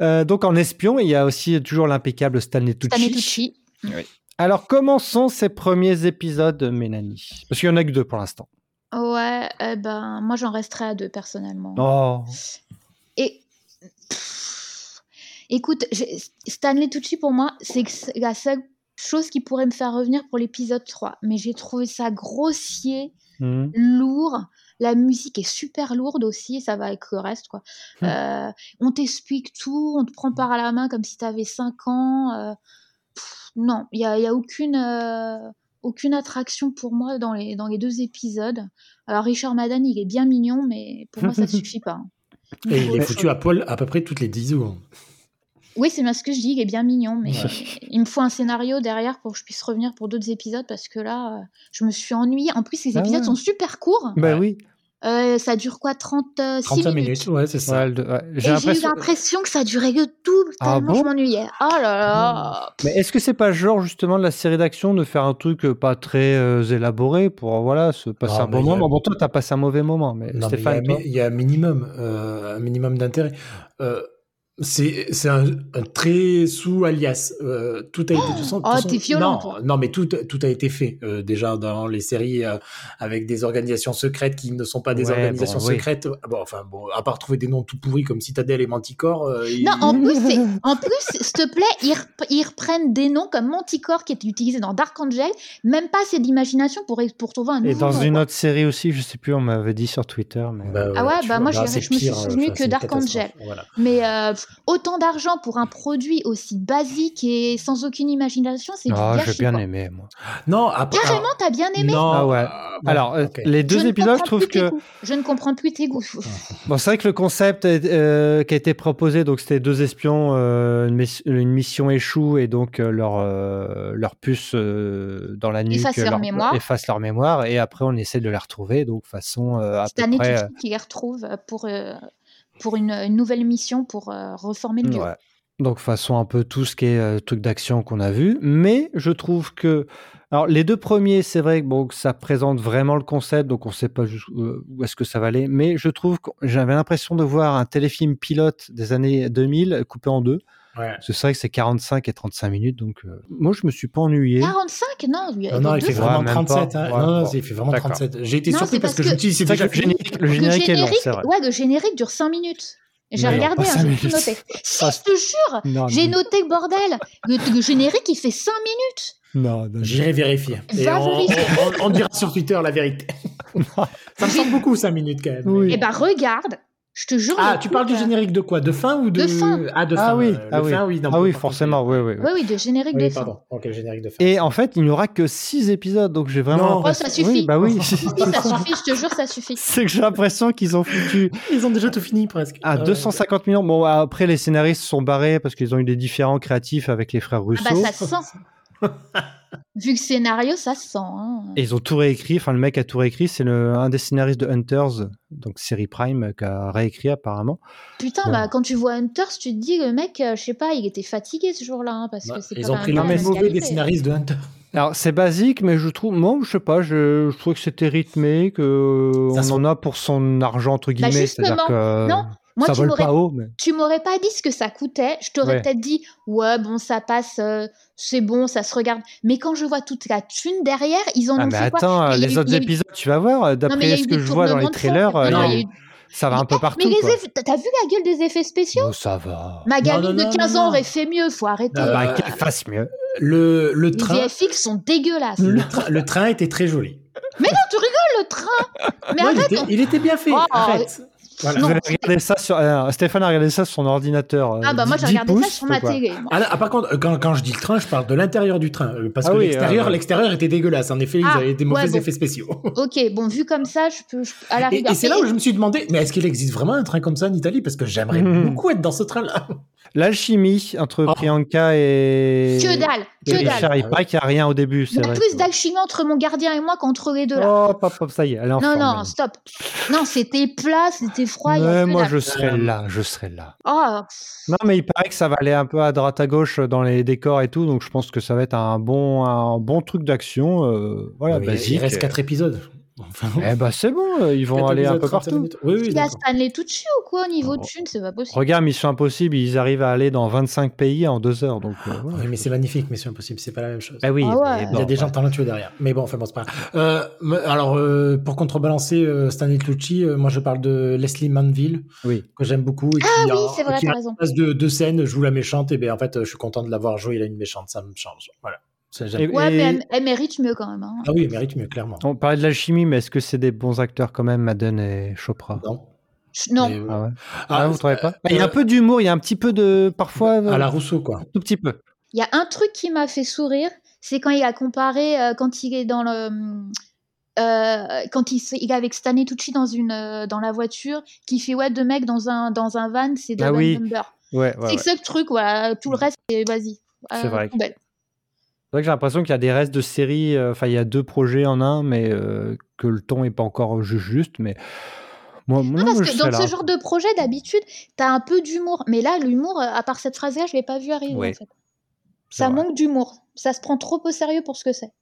[SPEAKER 2] Euh, donc en espion, il y a aussi toujours l'impeccable Stanley Tucci.
[SPEAKER 4] Stanley Tucci.
[SPEAKER 2] Alors commençons ces premiers épisodes, Mélanie, parce qu'il y en a que deux pour l'instant.
[SPEAKER 4] Ouais, eh ben, moi j'en resterai à deux personnellement.
[SPEAKER 2] Oh,
[SPEAKER 4] Et. Pff. écoute, j'ai- Stanley Tucci pour moi, c'est que c'est la seule chose qui pourrait me faire revenir pour l'épisode 3. Mais j'ai trouvé ça grossier,
[SPEAKER 2] Hmm.
[SPEAKER 4] lourd. La musique est super lourde aussi, ça va avec le reste. quoi.
[SPEAKER 2] Hmm.
[SPEAKER 4] Euh, on t'explique tout, on te prend par la main comme si t'avais 5 ans. euh, pff, non, il n'y a, il y a aucune, euh, aucune attraction pour moi dans les, dans les deux épisodes. Alors Richard Madden, il est bien mignon, mais pour moi, ça ne suffit pas. hein.
[SPEAKER 1] Et il est
[SPEAKER 4] Faut-
[SPEAKER 1] foutu à poil à peu près toutes les 10 secondes.
[SPEAKER 4] oui, c'est bien ce que je dis, il est bien mignon, mais euh, il me faut un scénario derrière pour que je puisse revenir pour d'autres épisodes parce que là, euh, je me suis ennuyée. En plus, ces
[SPEAKER 2] Ah
[SPEAKER 4] épisodes
[SPEAKER 2] ouais.
[SPEAKER 4] sont super courts.
[SPEAKER 2] bah oui.
[SPEAKER 4] Euh, ça dure quoi 36
[SPEAKER 1] 35
[SPEAKER 4] minutes.
[SPEAKER 1] minutes, ouais, c'est ça.
[SPEAKER 2] Ouais, le- ouais.
[SPEAKER 4] Et J'ai eu l'impression que ça durait que tout le
[SPEAKER 2] Ah
[SPEAKER 4] temps,
[SPEAKER 2] bon Mm.
[SPEAKER 4] je m'ennuyais. Oh là là
[SPEAKER 2] Mais est-ce que c'est pas le genre justement de la série d'action de faire un truc euh, pas très euh, élaboré pour euh, voilà se passer
[SPEAKER 1] Ah,
[SPEAKER 2] un
[SPEAKER 1] mais
[SPEAKER 2] bon
[SPEAKER 1] y a-
[SPEAKER 2] moment Bon toi t'as passé un mauvais moment, mais
[SPEAKER 1] Non, mais il y a
[SPEAKER 2] Euh, Stéphane,
[SPEAKER 1] un
[SPEAKER 2] toi
[SPEAKER 1] mi- il y, a un minimum, euh, un minimum d'intérêt. Euh, c'est c'est un, un très sous-alias. Euh, tout a été. de toute façon- de toute
[SPEAKER 4] Oh,
[SPEAKER 1] façon-
[SPEAKER 4] t'es violent,
[SPEAKER 1] non,
[SPEAKER 4] toi.
[SPEAKER 1] Non, mais tout, tout a été fait euh, déjà dans les séries euh, avec des organisations secrètes qui ne sont pas des
[SPEAKER 2] Ouais,
[SPEAKER 1] organisations
[SPEAKER 2] bon, oui.
[SPEAKER 1] secrètes. Ah Bon, enfin, bon, à part trouver des noms tout pourris comme Citadel et Manticore. euh, ils-
[SPEAKER 4] non, en plus, c'est- en plus, s'il te plaît, ils, rep- ils reprennent des noms comme Manticore qui est utilisé dans Dark Angel, même pas assez d'imagination pour, pour trouver un
[SPEAKER 2] et
[SPEAKER 4] nouveau
[SPEAKER 2] dans
[SPEAKER 4] nom,
[SPEAKER 2] une
[SPEAKER 4] quoi.
[SPEAKER 2] autre série aussi, je sais plus, on m'avait dit sur Twitter, mais
[SPEAKER 1] Bah,
[SPEAKER 4] Ah ouais,
[SPEAKER 1] tu
[SPEAKER 4] bah,
[SPEAKER 1] vois,
[SPEAKER 4] moi,
[SPEAKER 1] là,
[SPEAKER 4] j'ai-
[SPEAKER 1] c'est
[SPEAKER 4] je me suis
[SPEAKER 1] pire, euh,
[SPEAKER 4] souvenu
[SPEAKER 1] enfin,
[SPEAKER 4] que
[SPEAKER 1] c'est une
[SPEAKER 4] Dark
[SPEAKER 1] catastrophe.
[SPEAKER 4] Angel.
[SPEAKER 1] Voilà.
[SPEAKER 4] Mais euh, pff, autant d'argent pour un produit aussi basique et sans aucune imagination, c'est du
[SPEAKER 2] Ah,
[SPEAKER 4] gâchis.
[SPEAKER 2] j'ai bien
[SPEAKER 4] quoi.
[SPEAKER 2] aimé moi.
[SPEAKER 1] Non, après.
[SPEAKER 4] Carrément, t'as bien aimé
[SPEAKER 1] Non.
[SPEAKER 2] Ah ouais.
[SPEAKER 1] bon,
[SPEAKER 2] Alors euh,
[SPEAKER 1] ok.
[SPEAKER 2] les deux
[SPEAKER 4] ne
[SPEAKER 2] épisodes, je
[SPEAKER 4] comprends
[SPEAKER 2] trouve
[SPEAKER 4] plus tes
[SPEAKER 2] que Ah,
[SPEAKER 4] goûts. Je ne comprends plus tes goûts.
[SPEAKER 2] bon, c'est vrai que le concept euh, qui a été proposé, donc c'était deux espions, euh, une, miss- une mission échoue et donc euh, leur euh, leur puce euh, dans la nuit
[SPEAKER 4] Efface leur mémoire.
[SPEAKER 2] efface leur mémoire et après on essaie de les retrouver donc façon euh, à peu
[SPEAKER 4] Stanley
[SPEAKER 2] près. euh,
[SPEAKER 4] Tucci qui les retrouve euh, pour, euh, pour une, une nouvelle mission pour euh, reformer le duo.
[SPEAKER 2] Ouais. Donc façon un peu tout ce qui est euh, truc d'action qu'on a vu, mais je trouve que alors les deux premiers, c'est vrai que bon que ça présente vraiment le concept, donc on sait pas jusqu'où- euh, où est-ce que ça va aller, mais je trouve que j'avais l'impression de voir un téléfilm pilote des années 2000 coupé en deux.
[SPEAKER 1] Ouais.
[SPEAKER 2] Parce que C'est vrai que c'est 45 et 35 minutes, donc euh, moi je me suis pas ennuyé.
[SPEAKER 4] 45 Non, il y
[SPEAKER 1] Non,
[SPEAKER 4] a
[SPEAKER 1] non,
[SPEAKER 4] les
[SPEAKER 1] il
[SPEAKER 4] deux
[SPEAKER 1] fait
[SPEAKER 4] fois.
[SPEAKER 1] vraiment
[SPEAKER 2] Ouais, même
[SPEAKER 1] 37.
[SPEAKER 2] pas.
[SPEAKER 1] hein.
[SPEAKER 2] Ouais,
[SPEAKER 1] non, non,
[SPEAKER 2] bon.
[SPEAKER 1] il fait vraiment
[SPEAKER 2] D'accord.
[SPEAKER 1] 37. J'ai été
[SPEAKER 4] Non,
[SPEAKER 1] surpris
[SPEAKER 4] c'est
[SPEAKER 1] parce
[SPEAKER 4] parce
[SPEAKER 1] que, je
[SPEAKER 4] que-
[SPEAKER 1] me suis dit, c'est
[SPEAKER 2] C'est vrai
[SPEAKER 1] déjà
[SPEAKER 2] que le
[SPEAKER 1] fini.
[SPEAKER 2] générique, le
[SPEAKER 4] Le
[SPEAKER 2] générique est long,
[SPEAKER 4] générique,
[SPEAKER 2] c'est vrai.
[SPEAKER 4] ouais, le générique dure 5 minutes. J'ai
[SPEAKER 2] Non,
[SPEAKER 4] regardé,
[SPEAKER 2] pas
[SPEAKER 4] hein,
[SPEAKER 2] cinq
[SPEAKER 4] j'ai tout
[SPEAKER 2] minutes.
[SPEAKER 4] noté. Si,
[SPEAKER 2] [laughs] Ah,
[SPEAKER 4] je te jure,
[SPEAKER 2] Non,
[SPEAKER 4] j'ai
[SPEAKER 2] non,
[SPEAKER 4] noté le bordel. Le, le générique, il fait 5 minutes.
[SPEAKER 2] non, non.
[SPEAKER 1] J'irai vérifier. Et
[SPEAKER 4] Va
[SPEAKER 1] on,
[SPEAKER 4] vérifier.
[SPEAKER 1] on- on- on dira sur Twitter la
[SPEAKER 2] [laughs]
[SPEAKER 1] vérité. Ça me semble beaucoup, 5 minutes quand même.
[SPEAKER 2] Oui.
[SPEAKER 1] Mais-
[SPEAKER 4] Eh ben, regarde. Je te jure.
[SPEAKER 1] Ah,
[SPEAKER 4] le
[SPEAKER 1] tu
[SPEAKER 4] coup,
[SPEAKER 1] parles du
[SPEAKER 4] euh,
[SPEAKER 1] générique de quoi De fin ou de.
[SPEAKER 4] De fin.
[SPEAKER 1] Ah, de
[SPEAKER 2] Ah
[SPEAKER 1] fin.
[SPEAKER 2] oui,
[SPEAKER 1] euh,
[SPEAKER 2] ah
[SPEAKER 1] de
[SPEAKER 2] oui,
[SPEAKER 1] fin, oui, non,
[SPEAKER 2] ah oui,
[SPEAKER 1] pas-
[SPEAKER 2] forcément, oui, oui. oui.
[SPEAKER 4] euh, Oui, oui, de générique
[SPEAKER 1] Oui,
[SPEAKER 4] de fin.
[SPEAKER 1] pardon. Ok, le générique de fin.
[SPEAKER 2] Et en fait, il n'y aura que 6 épisodes, donc j'ai vraiment.
[SPEAKER 1] Non.
[SPEAKER 4] Oh, ça
[SPEAKER 2] l'impression-
[SPEAKER 4] suffit.
[SPEAKER 2] Oui, bah oui.
[SPEAKER 4] Oui, [laughs] ça suffit, je te jure, ça suffit.
[SPEAKER 2] C'est que j'ai l'impression qu'ils ont foutu
[SPEAKER 1] Ils ont déjà tout fini presque.
[SPEAKER 2] à
[SPEAKER 1] Euh,
[SPEAKER 2] 250 millions. Bon, après, les scénaristes se sont barrés parce qu'ils ont eu des différends créatifs avec les frères
[SPEAKER 4] Ah
[SPEAKER 2] Russo.
[SPEAKER 4] bah, ça se sent. [laughs] Vu le scénario, ça se sent. hein.
[SPEAKER 2] Et ils ont tout réécrit. Enfin, le mec a tout réécrit. C'est le, un des scénaristes de Hunters, donc série Prime, euh, qui a réécrit apparemment.
[SPEAKER 4] Putain,
[SPEAKER 2] Bon.
[SPEAKER 4] bah, quand tu vois Hunters, tu te dis, le mec, euh, je sais pas, il était fatigué ce jour-là, hein, parce
[SPEAKER 1] bah,
[SPEAKER 4] que c'est
[SPEAKER 1] Ils
[SPEAKER 4] quand
[SPEAKER 1] ont
[SPEAKER 4] même
[SPEAKER 1] pris
[SPEAKER 4] pas
[SPEAKER 1] le
[SPEAKER 4] la
[SPEAKER 1] même
[SPEAKER 4] même
[SPEAKER 1] mauvais des
[SPEAKER 4] qualité.
[SPEAKER 1] scénaristes de Hunter.
[SPEAKER 2] Alors, c'est basique, mais je trouve, moi, je sais pas, je, je trouve que c'était rythmé, que
[SPEAKER 1] Ça
[SPEAKER 2] on
[SPEAKER 1] se-
[SPEAKER 2] en a pour son argent, entre guillemets.
[SPEAKER 4] Bah, justement,
[SPEAKER 2] c'est-à-dire que.
[SPEAKER 4] non. Moi,
[SPEAKER 2] ça
[SPEAKER 4] tu
[SPEAKER 2] vole
[SPEAKER 4] m'aurais-
[SPEAKER 2] pas haut, mais
[SPEAKER 4] tu m'aurais pas dit ce que ça coûtait, je t'aurais
[SPEAKER 2] Ouais.
[SPEAKER 4] peut-être dit ouais bon ça passe, euh, c'est bon, ça se regarde. Mais quand je vois toute la thune derrière, ils en
[SPEAKER 2] Ah,
[SPEAKER 4] ont
[SPEAKER 2] mais
[SPEAKER 4] fait quoi
[SPEAKER 2] attends,
[SPEAKER 4] Mais il y a
[SPEAKER 2] les
[SPEAKER 4] eu- il
[SPEAKER 2] autres
[SPEAKER 4] y a eu-
[SPEAKER 2] épisodes, tu vas voir,
[SPEAKER 4] Non, mais il
[SPEAKER 2] euh,
[SPEAKER 4] y a
[SPEAKER 2] d'après
[SPEAKER 4] eu
[SPEAKER 2] ce
[SPEAKER 4] des
[SPEAKER 2] que je vois dans les
[SPEAKER 4] tournements de fond.
[SPEAKER 2] trailers,
[SPEAKER 4] Non,
[SPEAKER 2] euh, il y a
[SPEAKER 4] il y a
[SPEAKER 2] eu- ça va un peu partout.
[SPEAKER 4] Mais les
[SPEAKER 2] quoi.
[SPEAKER 4] eff- t'as vu la gueule des effets spéciaux
[SPEAKER 2] Oh, ça va.
[SPEAKER 4] Magali
[SPEAKER 1] Non, non, non,
[SPEAKER 4] de 15
[SPEAKER 1] non,
[SPEAKER 4] ans
[SPEAKER 1] non.
[SPEAKER 4] aurait fait mieux, faut arrêter.
[SPEAKER 1] Ah
[SPEAKER 2] Bah,
[SPEAKER 1] Euh,
[SPEAKER 2] qu'elle fasse mieux.
[SPEAKER 1] Le, le
[SPEAKER 4] les
[SPEAKER 1] train,
[SPEAKER 4] VFX sont dégueulasses.
[SPEAKER 1] le,
[SPEAKER 4] Non,
[SPEAKER 1] train- le train était très joli.
[SPEAKER 4] tu rigoles le train Mais
[SPEAKER 1] Ouais, il,
[SPEAKER 4] arrête
[SPEAKER 1] était, il était bien fait.
[SPEAKER 4] Oh,
[SPEAKER 1] Arrête. Voilà.
[SPEAKER 2] Vous
[SPEAKER 4] Non,
[SPEAKER 2] avez regardé ça sur... euh, Stéphane a regardé ça sur son ordinateur. euh,
[SPEAKER 4] Ah bah moi j'ai
[SPEAKER 2] 10
[SPEAKER 4] regardé ça
[SPEAKER 2] pouces,
[SPEAKER 4] sur ma
[SPEAKER 2] quoi.
[SPEAKER 4] télé. moi.
[SPEAKER 1] Ah, là, ah, par contre, quand, quand je dis le train, je parle de l'intérieur du train. euh, Parce
[SPEAKER 2] Ah
[SPEAKER 1] que
[SPEAKER 2] oui,
[SPEAKER 1] l'extérieur,
[SPEAKER 2] ah, ouais.
[SPEAKER 1] l'extérieur était dégueulasse. En effet,
[SPEAKER 4] Ah,
[SPEAKER 1] ils avaient des mauvais
[SPEAKER 4] ouais, bon.
[SPEAKER 1] effets spéciaux.
[SPEAKER 4] Ok, bon vu comme ça, je peux je- à la
[SPEAKER 1] Et,
[SPEAKER 4] rigueur.
[SPEAKER 1] et c'est là où je me suis demandé, mais est-ce qu'il existe vraiment un train comme ça en Italie Parce que j'aimerais
[SPEAKER 2] Mhm.
[SPEAKER 1] beaucoup être dans ce train-là.
[SPEAKER 2] L'alchimie entre
[SPEAKER 1] Oh.
[SPEAKER 2] Priyanka et...
[SPEAKER 4] Que dalle,
[SPEAKER 1] Et
[SPEAKER 4] que
[SPEAKER 2] et
[SPEAKER 4] dalle.
[SPEAKER 2] Richard, il paraît qu'il n'y a rien au début,
[SPEAKER 4] Il
[SPEAKER 2] c'est
[SPEAKER 4] y a
[SPEAKER 2] vrai.
[SPEAKER 4] plus d'alchimie entre mon gardien et moi qu'entre les deux là.
[SPEAKER 2] Oh, pop, pop, ça y est, elle est en
[SPEAKER 4] Non,
[SPEAKER 2] forme,
[SPEAKER 4] non,
[SPEAKER 2] elle.
[SPEAKER 4] stop. Non, c'était plat, c'était froid. il y a
[SPEAKER 2] Ouais,
[SPEAKER 4] que
[SPEAKER 2] moi,
[SPEAKER 4] dalle.
[SPEAKER 2] je serais là, je serais là.
[SPEAKER 4] Oh,
[SPEAKER 2] Non, mais il paraît que ça va aller un peu à droite à gauche euh, dans les décors et tout, donc je pense que ça va être un bon, un bon truc d'action. euh, voilà,
[SPEAKER 1] Mais
[SPEAKER 2] basique.
[SPEAKER 1] il reste quatre épisodes. Enfin,
[SPEAKER 2] Eh ben, c'est bon, euh, ils vont
[SPEAKER 1] quatre
[SPEAKER 2] aller un
[SPEAKER 1] épisodes,
[SPEAKER 2] peu
[SPEAKER 1] 35
[SPEAKER 2] partout.
[SPEAKER 1] minutes. Oui, oui,
[SPEAKER 4] il y a
[SPEAKER 1] d'accord.
[SPEAKER 4] Stanley Tucci ou quoi au niveau
[SPEAKER 2] Oh.
[SPEAKER 4] de thune, c'est pas possible.
[SPEAKER 2] Regarde, Mission Impossible, ils arrivent à aller dans 25 pays en deux heures, donc. euh, voilà.
[SPEAKER 1] Oui, mais c'est magnifique, Mission Impossible, c'est pas la même chose.
[SPEAKER 2] Bah oui,
[SPEAKER 4] Ah ouais.
[SPEAKER 2] mais
[SPEAKER 1] Il y
[SPEAKER 2] bon,
[SPEAKER 1] a des gens
[SPEAKER 2] ouais.
[SPEAKER 1] talentueux derrière. Mais bon, enfin bon, c'est pas grave. Euh, me- alors, euh, pour contrebalancer euh, Stanley Tucci, euh, moi je parle de Leslie Manville,
[SPEAKER 2] Oui.
[SPEAKER 1] que j'aime beaucoup. Et
[SPEAKER 4] Ah
[SPEAKER 1] qui,
[SPEAKER 4] oui,
[SPEAKER 1] en-
[SPEAKER 4] c'est vrai,
[SPEAKER 1] qui,
[SPEAKER 4] t'as
[SPEAKER 1] en
[SPEAKER 4] raison.
[SPEAKER 1] place de deux scènes, joue la méchante. Et bien en fait, euh, je suis content de l'avoir joué. Il a une méchante, ça me change. Voilà. Ça, j'aime.
[SPEAKER 2] Et-
[SPEAKER 4] Ouais,
[SPEAKER 2] et-
[SPEAKER 4] mais elle, elle mérite mieux quand même. hein.
[SPEAKER 1] Ah oui, il mérite mieux, clairement.
[SPEAKER 2] On parlait de l'alchimie, mais est-ce que c'est des bons acteurs quand même, Madden et Chopra
[SPEAKER 1] Non.
[SPEAKER 4] Je- Non,
[SPEAKER 1] Mais, euh,
[SPEAKER 2] Ah ouais.
[SPEAKER 1] ah,
[SPEAKER 2] Ah, vous trouvez pas Il y a
[SPEAKER 1] euh,
[SPEAKER 2] un peu d'humour, il y a un petit peu de. Parfois.
[SPEAKER 1] à
[SPEAKER 2] euh,
[SPEAKER 1] la Rousseau,
[SPEAKER 2] [laughs]
[SPEAKER 1] quoi.
[SPEAKER 2] Tout petit peu.
[SPEAKER 4] il y a un truc qui m'a fait sourire, c'est quand il a comparé, euh, quand il est dans le. hum, euh, quand il, se- il est avec Stanley Tucci dans, une, euh, dans la voiture, qui fait ouais deux mecs dans un, dans un van, c'est de
[SPEAKER 2] Ah
[SPEAKER 4] Van
[SPEAKER 2] oui.
[SPEAKER 4] Number.
[SPEAKER 2] Ouais, ouais, ouais.
[SPEAKER 4] c'est que ce truc, voilà, tout le reste, c'est vas-y.
[SPEAKER 2] C'est
[SPEAKER 4] euh,
[SPEAKER 2] vrai.
[SPEAKER 4] poubelle.
[SPEAKER 2] C'est vrai que j'ai l'impression qu'il y a des restes de séries, euh, enfin il y a deux projets en un, mais euh, que le ton est pas encore ju- juste, mais moi, moi,
[SPEAKER 4] Non,
[SPEAKER 2] non,
[SPEAKER 4] parce
[SPEAKER 2] mais
[SPEAKER 4] que dans
[SPEAKER 2] je serais
[SPEAKER 4] ce
[SPEAKER 2] là. hein.
[SPEAKER 4] genre de projet, d'habitude, t'as un peu d'humour. Mais là, l'humour, euh, à part cette phrase-là, je l'ai pas vu arriver.
[SPEAKER 2] Ouais,
[SPEAKER 4] en fait. Ça
[SPEAKER 2] vrai.
[SPEAKER 4] manque d'humour. Ça se prend trop au sérieux pour ce que c'est.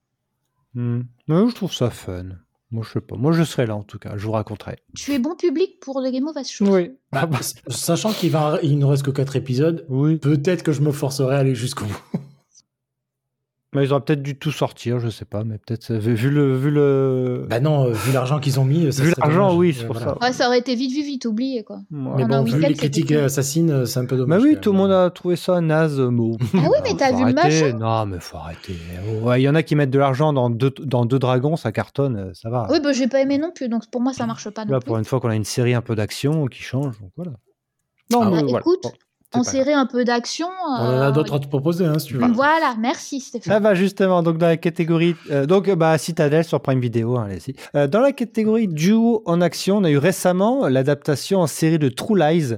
[SPEAKER 2] Hmm. Ouais, je trouve ça fun. Moi je sais pas, moi je serais là en tout cas, je vous raconterai.
[SPEAKER 4] Tu es bon public pour les mauvaises choses.
[SPEAKER 2] Oui.
[SPEAKER 1] Bah, s- sachant qu'il va, il ne reste que quatre épisodes,
[SPEAKER 2] oui.
[SPEAKER 1] peut-être que je me forcerai à aller jusqu'au bout.
[SPEAKER 2] Mais ils auraient peut-être dû tout sortir, je sais pas, mais peut-être euh, vu vu le vu le
[SPEAKER 1] Bah non, euh, vu l'argent qu'ils ont mis, euh, ça
[SPEAKER 2] vu
[SPEAKER 1] serait
[SPEAKER 2] l'argent,
[SPEAKER 1] dommage.
[SPEAKER 2] oui, c'est
[SPEAKER 1] Euh,
[SPEAKER 2] pour
[SPEAKER 1] voilà.
[SPEAKER 2] ça.
[SPEAKER 4] Ouais, ça aurait été vite vu, vite oublié, quoi.
[SPEAKER 2] Ouais.
[SPEAKER 1] Mais
[SPEAKER 4] Ah
[SPEAKER 1] bon,
[SPEAKER 4] non,
[SPEAKER 1] vu
[SPEAKER 4] Whedon,
[SPEAKER 1] les
[SPEAKER 4] c'était
[SPEAKER 1] critiques
[SPEAKER 4] cool.
[SPEAKER 1] assassines, euh, c'est un peu
[SPEAKER 2] Bah
[SPEAKER 1] dommage.
[SPEAKER 2] oui,
[SPEAKER 1] quand
[SPEAKER 2] tout le
[SPEAKER 1] même.
[SPEAKER 2] monde a trouvé ça naze. euh, Bon.
[SPEAKER 4] Ah oui, mais t'as
[SPEAKER 2] Faut
[SPEAKER 4] vu le
[SPEAKER 2] arrêter.
[SPEAKER 4] machin
[SPEAKER 2] Non, mais faut arrêter. Ouais, Il y en a qui mettent de l'argent dans deux, dans deux dragons, ça cartonne, euh, ça va.
[SPEAKER 4] Oui, bah j'ai pas aimé non plus, donc pour moi, ça marche pas non
[SPEAKER 2] Là,
[SPEAKER 4] plus.
[SPEAKER 2] pour une fois qu'on a une série un peu d'action qui change, donc voilà. Non,
[SPEAKER 1] Ah
[SPEAKER 4] bah, écoute,
[SPEAKER 2] c'est
[SPEAKER 4] En
[SPEAKER 2] pas grave.
[SPEAKER 4] série un peu d'action.
[SPEAKER 1] On en a
[SPEAKER 4] euh,
[SPEAKER 1] d'autres à te proposer, hein, si tu veux.
[SPEAKER 4] Voilà, merci
[SPEAKER 2] Ah
[SPEAKER 4] Stéphane.
[SPEAKER 2] bah justement, donc dans la catégorie... euh, donc bah Citadel sur Prime Video, hein, allez-y. Euh, dans la catégorie duo en action, on a eu récemment l'adaptation en série de True Lies,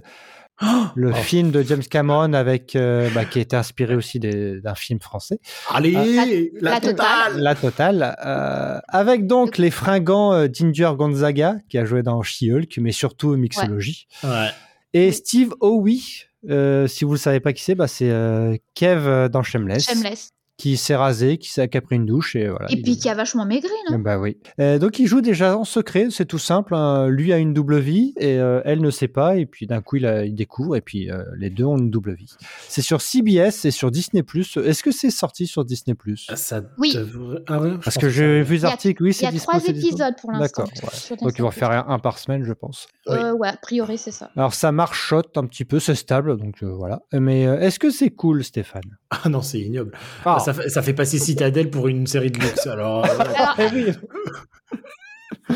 [SPEAKER 2] le
[SPEAKER 1] Oh.
[SPEAKER 2] film de James Cameron avec, euh, bah, qui était inspiré aussi des- d'un film français.
[SPEAKER 1] Allez, la,
[SPEAKER 4] la
[SPEAKER 1] totale,
[SPEAKER 2] La totale. euh, avec donc les fringants euh, Ginger Gonzaga, qui a joué dans She-Hulk, mais surtout Mixology.
[SPEAKER 1] Ouais.
[SPEAKER 2] Et Steve Howie, euh, si vous ne savez pas qui c'est, bah, c'est euh, Kev euh, dans Shameless,
[SPEAKER 4] Shameless.
[SPEAKER 2] qui s'est rasé, qui, s'est- qui a pris une douche. Et, voilà,
[SPEAKER 4] Et
[SPEAKER 2] Bah, il-
[SPEAKER 4] puis qui a vachement maigri, non
[SPEAKER 2] bah oui. Euh, donc il joue déjà en secret, c'est tout simple. hein. Lui a une double vie et euh, elle ne sait pas. Et puis d'un coup il, a- il découvre et puis euh, les deux ont une double vie. C'est sur CBS et sur Disney+. Est-ce que c'est sorti sur Disney+.
[SPEAKER 1] Ça
[SPEAKER 4] Oui.
[SPEAKER 1] devrait- ah ouais, Ah, je
[SPEAKER 2] Parce
[SPEAKER 1] pense
[SPEAKER 2] que j'ai vu les
[SPEAKER 4] Il y a-
[SPEAKER 2] articles, oui,
[SPEAKER 4] Il y
[SPEAKER 2] c'est
[SPEAKER 4] a
[SPEAKER 2] dispo,
[SPEAKER 4] trois
[SPEAKER 2] c'est dispo.
[SPEAKER 4] épisodes pour l'instant.
[SPEAKER 2] D'accord. ouais.
[SPEAKER 4] sur
[SPEAKER 2] Donc ils vont
[SPEAKER 4] Disney+.
[SPEAKER 2] faire un, un par semaine, je pense.
[SPEAKER 1] Oui.
[SPEAKER 4] Euh, ouais, a priori, c'est ça.
[SPEAKER 2] Alors ça marchote un petit peu, c'est stable, donc euh, voilà. Mais euh, est-ce que c'est cool, Stéphane
[SPEAKER 1] [laughs] Ah non, c'est ignoble.
[SPEAKER 2] Ah,
[SPEAKER 1] Ça, fait- ça fait passer Citadel pour une série de luxe. Alors, euh,
[SPEAKER 4] [laughs]
[SPEAKER 2] [laughs]
[SPEAKER 4] Alors,
[SPEAKER 2] eh oui.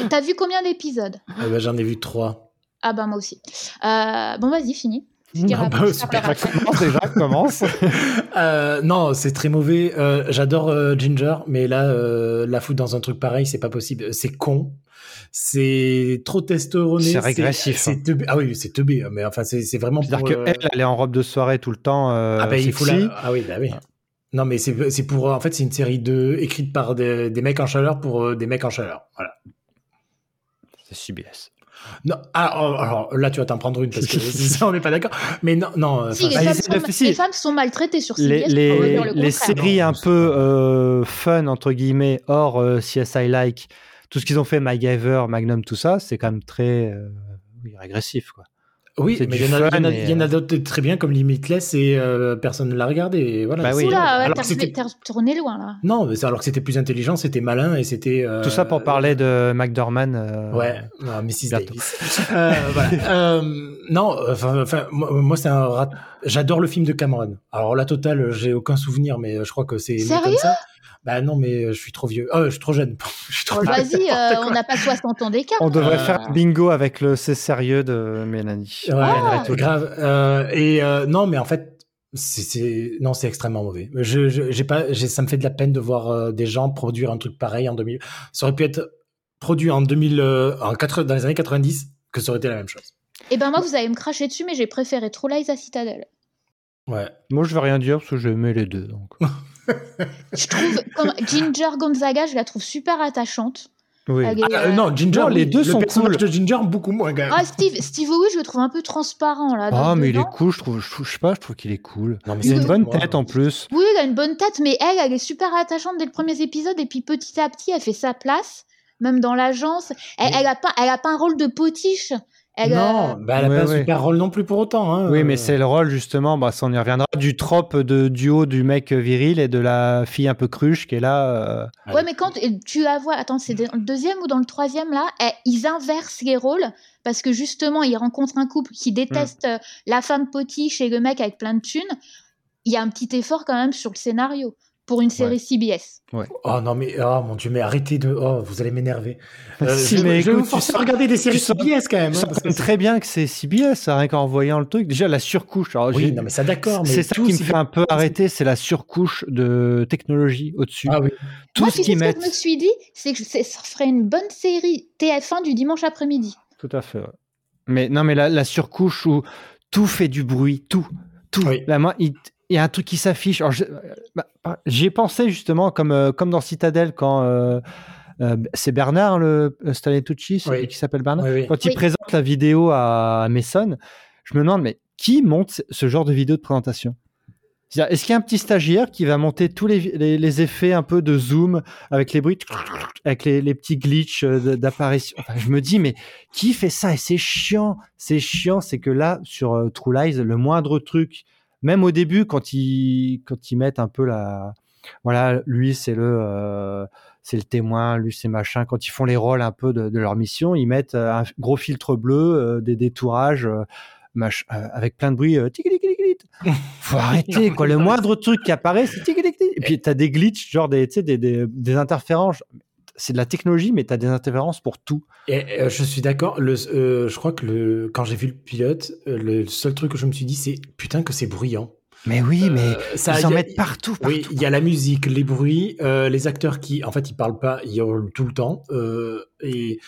[SPEAKER 4] t'as vu combien d'épisodes
[SPEAKER 1] ah bah, j'en ai vu trois.
[SPEAKER 4] Ah bah moi aussi. Euh, bon, vas-y, fini. Je dirai
[SPEAKER 1] Ah
[SPEAKER 4] après,
[SPEAKER 1] bah,
[SPEAKER 4] je
[SPEAKER 1] super.
[SPEAKER 4] parlerai après.
[SPEAKER 2] Commence déjà, commence.
[SPEAKER 1] Euh, non, c'est très mauvais. Euh, J'adore euh, Ginger, mais là, euh, la foutre dans un truc pareil, c'est pas possible. Euh, C'est con. C'est trop testoroné.
[SPEAKER 2] C'est régressif,
[SPEAKER 1] c'est
[SPEAKER 2] hein.
[SPEAKER 1] teubé. Ah oui, c'est teubé. Mais enfin, c'est c'est vraiment.
[SPEAKER 2] C'est-à-dire
[SPEAKER 1] pour,
[SPEAKER 2] que
[SPEAKER 1] euh,
[SPEAKER 2] elle, elle est en robe de soirée tout le temps. euh,
[SPEAKER 1] Ah, bah, il faut la-
[SPEAKER 2] sexy.
[SPEAKER 1] ah oui, bah oui. Non, mais c'est c'est pour. En fait, c'est une série de... écrite par des, des mecs en chaleur pour euh, des mecs en chaleur. Voilà.
[SPEAKER 2] C'est CBS.
[SPEAKER 1] Non, ah, alors, alors, là, tu vas t'en prendre une
[SPEAKER 2] [laughs]
[SPEAKER 1] parce que ça, on n'est pas d'accord. Mais non, non. euh,
[SPEAKER 4] Si, les,
[SPEAKER 1] enfin,
[SPEAKER 2] Bah,
[SPEAKER 4] femmes
[SPEAKER 2] ils
[SPEAKER 4] sont,
[SPEAKER 2] essaient de- si.
[SPEAKER 4] les femmes sont maltraitées sur CBS, on
[SPEAKER 2] Les, les-
[SPEAKER 4] peut dire le
[SPEAKER 2] les
[SPEAKER 4] contraire.
[SPEAKER 2] séries
[SPEAKER 1] Non,
[SPEAKER 2] un
[SPEAKER 1] c'est
[SPEAKER 2] peu euh, fun, entre guillemets, hors euh, CSI-like, tout ce qu'ils ont fait, MacGyver, Magnum, tout ça, c'est quand même très euh, oui, régressif. Quoi.
[SPEAKER 1] Oui,
[SPEAKER 2] C'est
[SPEAKER 1] mais
[SPEAKER 2] du
[SPEAKER 1] il y en a,
[SPEAKER 2] fun
[SPEAKER 1] il y en a-
[SPEAKER 2] et, euh,
[SPEAKER 1] il y en a d'autres très bien comme Limitless et euh, personne ne l'a regardé. et voilà,
[SPEAKER 2] Bah
[SPEAKER 1] c'est-
[SPEAKER 2] oui.
[SPEAKER 4] Oula, ouais,
[SPEAKER 1] alors
[SPEAKER 4] t'as-
[SPEAKER 1] que c'était-
[SPEAKER 4] t'as tourné loin là.
[SPEAKER 1] Non, mais c'est- alors que c'était plus intelligent, c'était malin et c'était. euh,
[SPEAKER 2] Tout ça pour parler de McDorman. euh,
[SPEAKER 1] Ouais, ah, Mrs.
[SPEAKER 2] bientôt.
[SPEAKER 1] Davis. Euh,
[SPEAKER 2] [laughs]
[SPEAKER 1] voilà. Euh, non, enfin, enfin, moi, moi, c'est un rat- J'adore le film de Cameron. Alors la totale, j'ai aucun souvenir, mais euh, je crois que c'est. mieux
[SPEAKER 4] Sérieux
[SPEAKER 1] comme ça. Bah non, mais je suis trop vieux. Ah, je suis trop jeune. [laughs] Je suis trop
[SPEAKER 2] Ah,
[SPEAKER 4] Oh,
[SPEAKER 1] vieux.
[SPEAKER 4] Vas-y,
[SPEAKER 1] [laughs]
[SPEAKER 4] euh, on n'a pas 60 ans d'écart.
[SPEAKER 2] On devrait
[SPEAKER 1] Euh,
[SPEAKER 2] faire un bingo avec le C'est sérieux de Mélanie.
[SPEAKER 1] Ouais,
[SPEAKER 4] Ah.
[SPEAKER 1] ouais, tout grave. Euh, et euh, non, mais en fait, c'est- c'est non, c'est extrêmement mauvais. Je, je- j'ai pas, j'ai- ça me fait de la peine de voir euh, des gens produire un truc pareil en 2000. Ça aurait pu être produit en 2000, euh, en 80 dans les années 90, que ça aurait été la même chose.
[SPEAKER 4] Et ben moi, vous allez me cracher dessus, mais j'ai préféré True Lies à Citadel.
[SPEAKER 1] Ouais.
[SPEAKER 2] Moi, je vais rien dire parce que je mets les deux.
[SPEAKER 4] [laughs]
[SPEAKER 2] donc.
[SPEAKER 4] Je trouve comme Ginger Gonzaga, je la trouve super attachante.
[SPEAKER 2] Oui.
[SPEAKER 4] Elle est,
[SPEAKER 1] Ah,
[SPEAKER 4] euh,
[SPEAKER 1] euh, non, Ginger,
[SPEAKER 2] Non, les deux
[SPEAKER 1] le
[SPEAKER 2] sont
[SPEAKER 1] personnage
[SPEAKER 2] cool.
[SPEAKER 1] de Ginger beaucoup moins. Quand même.
[SPEAKER 4] Ah, Steve, Steve Owi, je le trouve un peu transparent là.
[SPEAKER 2] Ah,
[SPEAKER 4] dans-
[SPEAKER 2] mais il est
[SPEAKER 4] dedans.
[SPEAKER 2] cool, je trouve. Je, trouve- je sais pas, je trouve qu'il est cool.
[SPEAKER 1] Non, mais
[SPEAKER 2] Il a une
[SPEAKER 1] c'est-
[SPEAKER 2] bonne
[SPEAKER 1] moi,
[SPEAKER 2] tête en plus.
[SPEAKER 4] Oui, il a une bonne tête, mais elle, elle est super attachante dès le premier épisode. Et puis petit à petit, elle fait sa place, même dans l'agence. Elle,
[SPEAKER 1] Mais-
[SPEAKER 4] elle, a pas, elle a pas un rôle de potiche. Elle,
[SPEAKER 1] Non,
[SPEAKER 4] euh,
[SPEAKER 1] bah, elle a
[SPEAKER 2] Ouais,
[SPEAKER 1] pas un
[SPEAKER 2] ouais.
[SPEAKER 1] super rôle non plus pour autant. hein.
[SPEAKER 2] Oui, mais
[SPEAKER 1] Euh,
[SPEAKER 2] c'est le rôle justement. Bah, ça, on y reviendra du trope de duo du mec viril et de la fille un peu cruche qui est là. euh,
[SPEAKER 1] Ah,
[SPEAKER 4] Ouais,
[SPEAKER 1] oui.
[SPEAKER 4] mais quand et tu la vois, attends, c'est dans le deuxième ou dans le troisième là, eh, ils inversent les rôles parce que justement, ils rencontrent un couple qui
[SPEAKER 2] Hmm.
[SPEAKER 4] déteste euh, la femme potiche et le mec avec plein de thunes. Il y a un petit effort quand même sur le scénario pour une série CBS.
[SPEAKER 1] Oh non, mais oh mon dieu, mais arrêtez de. Oh, vous allez m'énerver. Euh,
[SPEAKER 2] Si,
[SPEAKER 1] je,
[SPEAKER 2] mais
[SPEAKER 1] je vais vous
[SPEAKER 2] écoute, tu
[SPEAKER 1] forcer à
[SPEAKER 2] sens-
[SPEAKER 1] regarder des séries
[SPEAKER 2] tu sens-
[SPEAKER 1] CBS quand même. hein,
[SPEAKER 2] ça
[SPEAKER 1] parce que
[SPEAKER 2] me
[SPEAKER 1] c'est-
[SPEAKER 2] très bien que c'est CBS, ça, rien hein, qu'en voyant le truc. Déjà, la surcouche. alors,
[SPEAKER 1] Oui,
[SPEAKER 2] j'ai-
[SPEAKER 1] non, mais ça d'accord. mais
[SPEAKER 2] c'est ça qui
[SPEAKER 1] tout,
[SPEAKER 2] me
[SPEAKER 1] c'est-
[SPEAKER 2] fait un peu arrêter, c'est la surcouche de technologie au-dessus.
[SPEAKER 1] Ah oui.
[SPEAKER 2] Tout
[SPEAKER 4] Moi,
[SPEAKER 2] ce
[SPEAKER 4] tu sais
[SPEAKER 2] qu'ils
[SPEAKER 4] ce que
[SPEAKER 2] mettent.
[SPEAKER 4] je me suis dit, c'est que je- c'est- ça ferait une bonne série TF1 du dimanche après-midi.
[SPEAKER 2] Tout à fait. ouais. Mais non, mais la, la surcouche où tout fait du bruit, tout, tout.
[SPEAKER 1] Oui.
[SPEAKER 2] La main, il, il y a un truc qui s'affiche. Alors, je- bah, bah, J'y ai pensé justement, comme, euh, comme dans Citadel, quand euh, euh, c'est Bernard, le le Stanley-Tucci, celui
[SPEAKER 1] Oui.
[SPEAKER 2] qui s'appelle Bernard,
[SPEAKER 1] Oui, oui.
[SPEAKER 2] quand
[SPEAKER 4] Oui.
[SPEAKER 2] il présente la vidéo à Mason, je me demande, mais qui monte ce- ce genre de vidéo de présentation C'est-à-dire, Est-ce qu'il y a un petit stagiaire qui va monter tous les, les- les effets un peu de zoom avec les bruits, avec les, les petits glitches euh, de- d'apparition Enfin, Je me dis, mais qui fait ça Et c'est chiant, c'est chiant, c'est que là, sur euh, True Lies, le moindre truc, même au début, quand ils, quand ils mettent un peu la... Voilà, lui, c'est le... euh, c'est le témoin, lui c'est machin. Quand ils font les rôles un peu de, de leur mission, ils mettent euh, un gros filtre bleu, euh, des détourages, euh, mach- euh, avec plein de bruit. euh, tiquiliquiliquilit. [laughs] Faut arrêter quoi. Le moindre truc qui apparaît, c'est tiquiliquiliquilit. Et puis t'as des glitches, genre des, tu sais, des, des, des interférences. C'est de la technologie, mais t'as des interférences pour tout.
[SPEAKER 1] Et, euh, je suis d'accord. Le, euh, je crois que le, quand j'ai vu le pilote, euh, le seul truc que je me suis dit, c'est putain que c'est bruyant.
[SPEAKER 2] Mais oui, mais
[SPEAKER 1] Euh, ça,
[SPEAKER 2] ils en
[SPEAKER 1] y a-
[SPEAKER 2] mettent partout. partout.
[SPEAKER 1] Oui, il y a la musique, les bruits, euh, les acteurs qui, en fait, ils parlent pas, ils hurlent tout le temps, euh, et,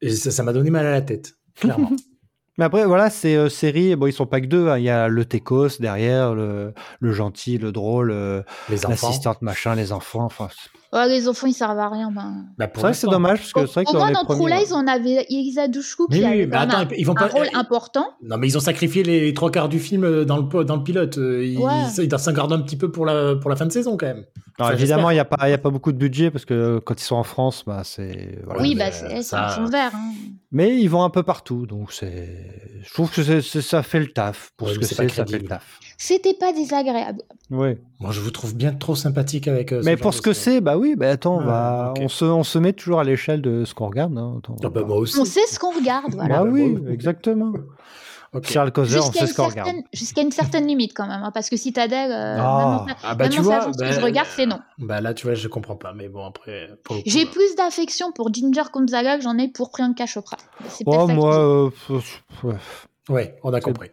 [SPEAKER 1] et ça ça m'a donné mal à la tête,
[SPEAKER 2] [laughs]
[SPEAKER 1] [laughs] clairement.
[SPEAKER 2] Mais après, voilà, c'est euh, série. Bon, ils sont pas que deux. hein. Il y a le Tecos derrière, le, le gentil, le drôle, euh,
[SPEAKER 1] Les enfants.
[SPEAKER 2] l'assistante machin, les enfants. Enfin, c'est
[SPEAKER 4] Oh, les enfants, ils servent à rien. Ben.
[SPEAKER 1] Bah,
[SPEAKER 2] c'est
[SPEAKER 1] pour
[SPEAKER 2] vrai que c'est
[SPEAKER 1] l'instant.
[SPEAKER 2] dommage parce que
[SPEAKER 4] Au,
[SPEAKER 2] c'est vrai que
[SPEAKER 4] au
[SPEAKER 2] dans
[SPEAKER 4] moins,
[SPEAKER 2] les
[SPEAKER 4] dans True
[SPEAKER 2] premiers-
[SPEAKER 4] Lies, on avait Elisa Dushku
[SPEAKER 1] Mais
[SPEAKER 4] qui
[SPEAKER 1] oui,
[SPEAKER 4] avait
[SPEAKER 1] mais
[SPEAKER 4] quand même
[SPEAKER 1] attends,
[SPEAKER 4] un,
[SPEAKER 1] ils vont
[SPEAKER 4] un
[SPEAKER 1] pas.
[SPEAKER 4] rôle important.
[SPEAKER 1] Non, mais ils ont sacrifié les trois quarts du film euh, dans le, po- dans le pilote. euh, Ils,
[SPEAKER 4] Ouais.
[SPEAKER 1] ils doivent s'en garder un petit peu pour la, pour la fin de saison, quand même.
[SPEAKER 2] Alors,
[SPEAKER 1] Enfin,
[SPEAKER 2] évidemment, il n'y a, pas- il y a pas beaucoup de budget parce que euh, quand ils sont en France, bah, c'est. voilà.
[SPEAKER 4] oui,
[SPEAKER 1] mais,
[SPEAKER 4] bah,
[SPEAKER 1] euh,
[SPEAKER 4] c'est c'est
[SPEAKER 1] ça-
[SPEAKER 4] un fond vert. hein.
[SPEAKER 2] Mais ils vont un peu partout, donc c'est. Je trouve que c'est- c'est- ça fait le taf. Pour
[SPEAKER 1] Ouais,
[SPEAKER 2] ce
[SPEAKER 1] mais
[SPEAKER 2] que
[SPEAKER 1] c'est pas
[SPEAKER 2] c'est, ça fait
[SPEAKER 1] crédible.
[SPEAKER 2] le taf.
[SPEAKER 4] C'était pas désagréable.
[SPEAKER 2] Oui.
[SPEAKER 1] Moi, je vous trouve bien trop sympathique avec. euh,
[SPEAKER 2] Mais
[SPEAKER 1] genre
[SPEAKER 2] pour
[SPEAKER 1] de
[SPEAKER 2] ce que
[SPEAKER 1] série.
[SPEAKER 2] c'est, bah oui, bah attends, on,
[SPEAKER 1] Ah,
[SPEAKER 2] va-
[SPEAKER 1] ok.
[SPEAKER 2] on, se, on se met toujours à l'échelle de ce qu'on regarde. hein. Attends,
[SPEAKER 1] Ah bah,
[SPEAKER 2] bah-
[SPEAKER 1] moi aussi.
[SPEAKER 4] On sait ce qu'on regarde, voilà.
[SPEAKER 2] Bah
[SPEAKER 1] bah,
[SPEAKER 2] oui,
[SPEAKER 1] moi-
[SPEAKER 2] exactement.
[SPEAKER 1] Ok.
[SPEAKER 2] Charles Causer, on
[SPEAKER 4] Jusqu'à
[SPEAKER 2] sait
[SPEAKER 4] une,
[SPEAKER 2] ce qu'on regarde.
[SPEAKER 4] certaine- jusqu'à une certaine limite quand même, hein, parce que Citadel, euh,
[SPEAKER 2] Ah.
[SPEAKER 4] même en-
[SPEAKER 1] Ah bah
[SPEAKER 4] même
[SPEAKER 1] tu
[SPEAKER 4] en
[SPEAKER 1] vois,
[SPEAKER 4] sachant ce
[SPEAKER 1] bah,
[SPEAKER 4] que je regarde, c'est non.
[SPEAKER 1] bah là tu vois, je comprends pas, mais bon après. pour le coup,
[SPEAKER 4] J'ai
[SPEAKER 1] euh,
[SPEAKER 4] plus d'affection pour Ginger Gonzaga que j'en ai pour Priyanka Chopra. C'est peut-être
[SPEAKER 2] Oh,
[SPEAKER 4] ça qui
[SPEAKER 2] moi.
[SPEAKER 4] joue.
[SPEAKER 2] euh, pff, pff, ouais.
[SPEAKER 1] Ouais, on a compris.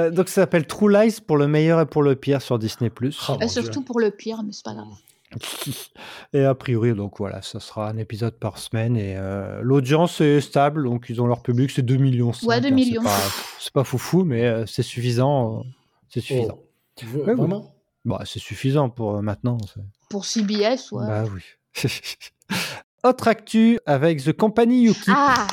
[SPEAKER 2] Euh, Donc ça s'appelle True Lies pour le meilleur et pour le pire sur Disney.
[SPEAKER 1] Oh, mon
[SPEAKER 4] Euh, surtout
[SPEAKER 1] Dieu. Mmh.
[SPEAKER 4] pour le pire, mais c'est pas grave.
[SPEAKER 2] Et a priori, donc voilà, ça sera un épisode par semaine. Et euh, l'audience est stable, donc ils ont leur public, c'est 2 millions. cinq,
[SPEAKER 4] Ouais, 2
[SPEAKER 2] hein,
[SPEAKER 4] millions.
[SPEAKER 2] C'est pas, c'est pas foufou, mais euh, c'est suffisant. euh, c'est [laughs] suffisant.
[SPEAKER 1] Oh. Tu veux-
[SPEAKER 2] Ouais,
[SPEAKER 1] Vraiment
[SPEAKER 2] Bah, c'est suffisant pour euh, maintenant. c'est-
[SPEAKER 4] Pour CBS,
[SPEAKER 2] [laughs]
[SPEAKER 4] ouais.
[SPEAKER 2] Bah oui. Autre actu avec The Company You Keep.
[SPEAKER 4] ah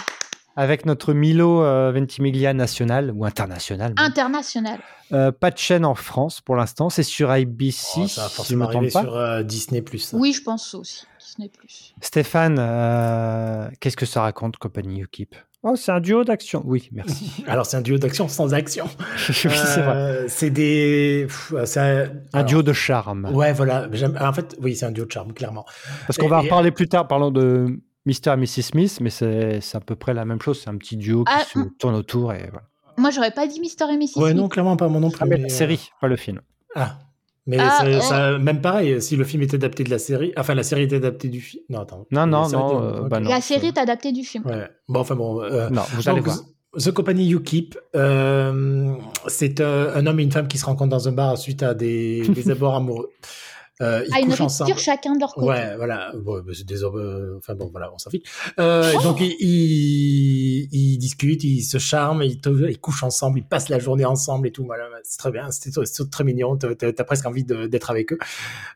[SPEAKER 2] avec notre Milo euh, Ventimiglia national ou international. même.
[SPEAKER 4] International.
[SPEAKER 2] Euh, pas de chaîne en France pour l'instant, c'est sur IBC.
[SPEAKER 1] Oh, ça va
[SPEAKER 2] si je me
[SPEAKER 1] forcément
[SPEAKER 2] trompe
[SPEAKER 1] arriver
[SPEAKER 2] pas.
[SPEAKER 1] sur euh, Disney+. ça.
[SPEAKER 4] Oui, je pense aussi. Disney Plus.
[SPEAKER 2] Stéphane, euh, qu'est-ce que ça raconte compagnie UKIP Oh, c'est un duo d'action. Oui,
[SPEAKER 1] [laughs]
[SPEAKER 2] merci.
[SPEAKER 1] Alors, c'est un duo d'action sans action.
[SPEAKER 2] [laughs] Oui, c'est vrai.
[SPEAKER 1] Euh, c'est des... pff, ça-
[SPEAKER 2] Un
[SPEAKER 1] alors,
[SPEAKER 2] duo de charme.
[SPEAKER 1] Ouais, voilà. j'aime- En fait, oui, c'est un duo de charme, clairement.
[SPEAKER 2] Parce qu'on va
[SPEAKER 1] et-
[SPEAKER 2] en parler plus tard, parlant de Mr. et Mrs. Smith, mais c'est c'est à peu près la même chose. C'est un petit duo qui
[SPEAKER 4] Ah,
[SPEAKER 2] se
[SPEAKER 4] mm.
[SPEAKER 2] tourne autour. Et voilà.
[SPEAKER 4] Moi, j'aurais pas dit Mister et Mrs.
[SPEAKER 1] Ouais,
[SPEAKER 4] Smith.
[SPEAKER 1] non, clairement pas moi non plus.
[SPEAKER 2] Ah, mais
[SPEAKER 1] euh,
[SPEAKER 2] la série, pas le film.
[SPEAKER 1] Ah. Mais
[SPEAKER 4] Ah,
[SPEAKER 1] ça-
[SPEAKER 4] ouais.
[SPEAKER 1] ça- même pareil, si le film était adapté de la série, enfin la série était adaptée du film. Non, attends.
[SPEAKER 2] Non, non,
[SPEAKER 1] La série
[SPEAKER 2] non,
[SPEAKER 1] était-
[SPEAKER 2] euh,
[SPEAKER 1] ok.
[SPEAKER 2] bah non.
[SPEAKER 4] La série est adaptée du film.
[SPEAKER 1] Ouais. Bon, enfin bon. euh,
[SPEAKER 2] Non, vous
[SPEAKER 1] donc,
[SPEAKER 2] allez voir.
[SPEAKER 1] The Company You Keep, euh, c'est euh, un homme et une femme qui se rencontrent dans un bar suite à des,
[SPEAKER 2] [laughs]
[SPEAKER 1] des abords amoureux. Euh, ils
[SPEAKER 4] à Ah, une
[SPEAKER 1] couchent
[SPEAKER 4] rupture
[SPEAKER 1] ensemble.
[SPEAKER 4] chacun de leur côté.
[SPEAKER 1] Ouais, voilà. Bon, bah, c'est des hommes, euh, Enfin bon, voilà, on s'en fiche. Euh, et
[SPEAKER 4] Oh
[SPEAKER 1] Donc ils, ils, ils discutent, ils se charment, ils, te- ils couchent ensemble, ils passent la journée ensemble et tout. Voilà, c'est très bien, c'est c'est très mignon. T'as t'as- t'as presque envie de- d'être avec eux.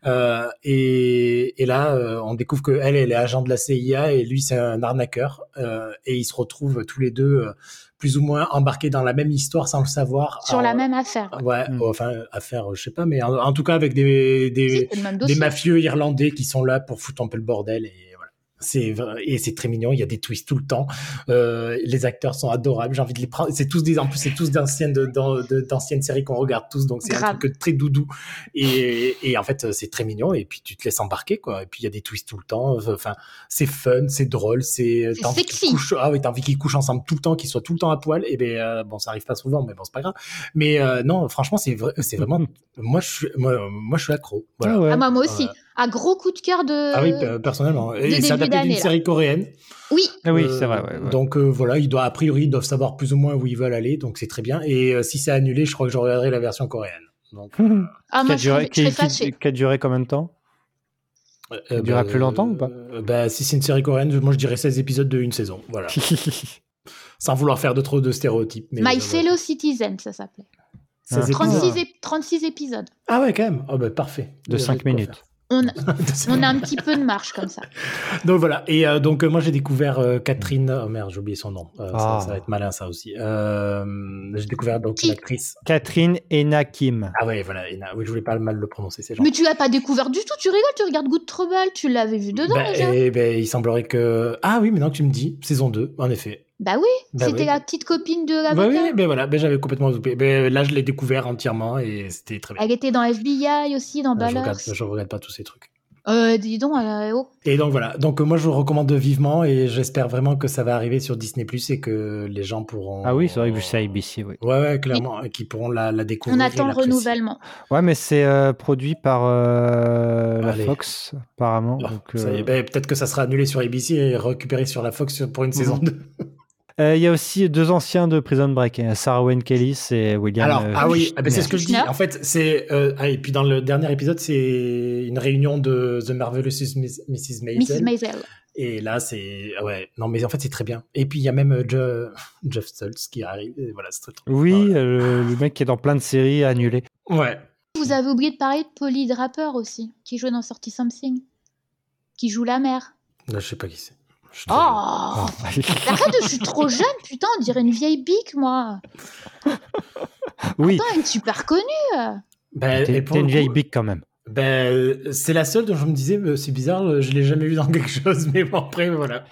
[SPEAKER 1] Euh, et, et là, euh, on découvre que elle, elle est agent de la CIA et lui, c'est un arnaqueur. Euh, et ils se retrouvent tous les deux euh, plus ou moins embarqués dans la même histoire sans le savoir.
[SPEAKER 4] Sur la
[SPEAKER 1] Alors,
[SPEAKER 4] même affaire.
[SPEAKER 1] Ah, Ouais,
[SPEAKER 2] Hmm.
[SPEAKER 1] enfin, affaire, je sais pas, mais en, en tout cas avec des, des,
[SPEAKER 4] Si, c'est le même
[SPEAKER 1] des
[SPEAKER 4] dossier.
[SPEAKER 1] mafieux irlandais qui sont là pour foutre un peu le bordel et voilà. C'est vrai- et c'est très mignon, il y a des twists tout le temps. Euh, les acteurs sont adorables, j'ai envie de les prendre. C'est tous des en plus c'est tous d'anciennes de- d'an- de- d'anciennes séries qu'on regarde tous donc c'est un
[SPEAKER 4] Grave.
[SPEAKER 1] truc très doudou et, et en fait c'est très mignon et puis tu te laisses embarquer quoi et puis il y a des twists tout le temps euh, enfin c'est fun, c'est drôle, c'est euh,
[SPEAKER 4] C'est
[SPEAKER 1] t'as envie qu'ils
[SPEAKER 4] sexy.
[SPEAKER 1] couchent- ah oui, t'as envie qu'ils couchent ensemble tout le temps, qu'ils soient tout le temps à poil et ben euh, bon ça arrive pas souvent mais bon c'est pas grave. Mais euh, non, franchement c'est vrai- c'est vraiment
[SPEAKER 2] [laughs]
[SPEAKER 1] moi je suis moi, moi, je suis accro. Voilà.
[SPEAKER 2] Ah ouais.
[SPEAKER 4] Ah, moi, moi aussi.
[SPEAKER 1] Ouais.
[SPEAKER 4] Un gros coup de cœur de.
[SPEAKER 1] Ah oui, pe- personnellement.
[SPEAKER 4] de
[SPEAKER 1] Et
[SPEAKER 4] début
[SPEAKER 1] c'est adapté
[SPEAKER 4] d'année,
[SPEAKER 1] d'une
[SPEAKER 4] là.
[SPEAKER 1] série coréenne.
[SPEAKER 4] Oui,
[SPEAKER 2] Ah oui,
[SPEAKER 1] Euh,
[SPEAKER 2] c'est vrai. ouais, ouais.
[SPEAKER 1] Donc euh, voilà, ils doivent, a priori, ils doivent savoir plus ou moins où ils veulent aller, donc c'est très bien. Et euh, si c'est annulé, je crois que je regarderai la version coréenne. Donc,
[SPEAKER 4] ah,
[SPEAKER 2] qui, a
[SPEAKER 4] moi, je
[SPEAKER 2] duré,
[SPEAKER 4] serais, je
[SPEAKER 2] qui,
[SPEAKER 4] serais
[SPEAKER 2] qui-
[SPEAKER 4] fâchée.
[SPEAKER 2] qui a duré combien de temps
[SPEAKER 1] [laughs] euh,
[SPEAKER 2] durera
[SPEAKER 1] bah,
[SPEAKER 2] plus longtemps ou pas
[SPEAKER 1] euh, bah, Si c'est une série coréenne, moi je dirais 16 épisodes de une saison. Voilà. Sans vouloir faire de trop de stéréotypes. Mais,
[SPEAKER 4] My
[SPEAKER 1] euh,
[SPEAKER 4] Fellow Citizen, ça s'appelait.
[SPEAKER 1] voilà. 16 épisodes.
[SPEAKER 4] 36, ép- 36 épisodes.
[SPEAKER 1] Ah ouais, quand même. Oh, bah, parfait.
[SPEAKER 2] De 5 minutes.
[SPEAKER 1] [laughs]
[SPEAKER 4] On,
[SPEAKER 1] minutes.
[SPEAKER 4] on a un petit peu de marge
[SPEAKER 1] [laughs]
[SPEAKER 4] comme ça.
[SPEAKER 1] Donc voilà. Et euh, donc euh, moi j'ai découvert euh, Catherine. Oh merde, j'ai oublié son nom. Euh, ça-
[SPEAKER 2] Ah.
[SPEAKER 1] ça, va être malin ça aussi. Euh, j'ai découvert donc une
[SPEAKER 4] Qui
[SPEAKER 1] actrice.
[SPEAKER 2] Catherine et Nakim.
[SPEAKER 1] Ah ouais, voilà. Ina. Oui, je voulais pas mal le prononcer. C'est gentil.
[SPEAKER 4] Mais tu l'as pas découvert du tout, tu rigoles, tu regardes Good Trouble, tu l'avais vu dedans
[SPEAKER 1] Bah,
[SPEAKER 4] déjà.
[SPEAKER 1] eh ben, il semblerait que. Ah oui, maintenant que tu me dis, saison 2, en effet.
[SPEAKER 4] Bah oui,
[SPEAKER 1] Bah
[SPEAKER 4] c'était
[SPEAKER 1] oui.
[SPEAKER 4] la petite copine de la
[SPEAKER 1] Bah oui, ben voilà, ben j'avais complètement zoupé. Ben, là, je l'ai découvert entièrement et c'était très bien.
[SPEAKER 4] Elle était dans FBI aussi, dans
[SPEAKER 1] Euh, je, regarde,
[SPEAKER 4] Ballers.
[SPEAKER 1] je regarde pas tous ces trucs.
[SPEAKER 4] Euh, dis donc, elle a- oh.
[SPEAKER 1] Et donc voilà, donc euh, moi je vous recommande vivement et j'espère vraiment que ça va arriver sur Disney Plus et que les gens pourront.
[SPEAKER 2] Ah oui, c'est vrai que vu ça
[SPEAKER 1] Oh.
[SPEAKER 2] ABC, oui.
[SPEAKER 1] Ouais, ouais, clairement, et qu'ils pourront la, la découvrir.
[SPEAKER 4] on
[SPEAKER 1] et
[SPEAKER 4] attend le
[SPEAKER 1] l'apprécier.
[SPEAKER 4] renouvellement.
[SPEAKER 2] Ouais, mais c'est euh, produit par euh, la
[SPEAKER 1] Allez.
[SPEAKER 2] Fox, apparemment.
[SPEAKER 1] Ah,
[SPEAKER 2] donc,
[SPEAKER 1] ça
[SPEAKER 2] euh,
[SPEAKER 1] y est, ben, peut-être que ça sera annulé sur ABC et récupéré sur la Fox pour
[SPEAKER 2] Mhm.
[SPEAKER 1] une saison 2.
[SPEAKER 2] Euh, Il y a aussi deux anciens de Prison Break, hein, Sarah Wayne Kelly et William.
[SPEAKER 1] Alors,
[SPEAKER 2] euh,
[SPEAKER 1] ah oui, ah ben, c'est ce que je dis.
[SPEAKER 4] Kushner.
[SPEAKER 1] En fait, c'est. euh, ah, et puis dans le dernier épisode, c'est une réunion de The Marvelous Miss- Mrs.
[SPEAKER 4] Mrs.
[SPEAKER 1] Maisel.
[SPEAKER 4] Maisel.
[SPEAKER 1] Et là, c'est. ah Ouais, non, mais en fait, c'est très bien. Et puis, il y a même euh, Je- Jeff Stoltz qui arrive. Et Voilà, c'est très très-
[SPEAKER 2] Oui, euh, le mec qui est dans plein de séries annulées.
[SPEAKER 1] Ouais.
[SPEAKER 4] Vous avez oublié de parler de Polly Draper aussi, qui jouait dans Sortie Something, qui joue la mère.
[SPEAKER 1] Là, je sais pas qui c'est. Je suis
[SPEAKER 4] Oh
[SPEAKER 1] trop jeune.
[SPEAKER 2] [laughs]
[SPEAKER 1] bah,
[SPEAKER 4] Arrête, je suis trop jeune, putain, on dirait une vieille bique, moi.
[SPEAKER 2] oui,
[SPEAKER 4] Putain, une super connue.
[SPEAKER 1] Ben,
[SPEAKER 2] t'es
[SPEAKER 1] et pour
[SPEAKER 2] t'es une
[SPEAKER 1] le
[SPEAKER 2] vieille
[SPEAKER 1] coup,
[SPEAKER 2] big quand même.
[SPEAKER 1] ben, euh, c'est la seule dont je me disais, mais c'est bizarre, euh, je l'ai jamais vu dans [laughs] quelque chose, mais bon, après, voilà.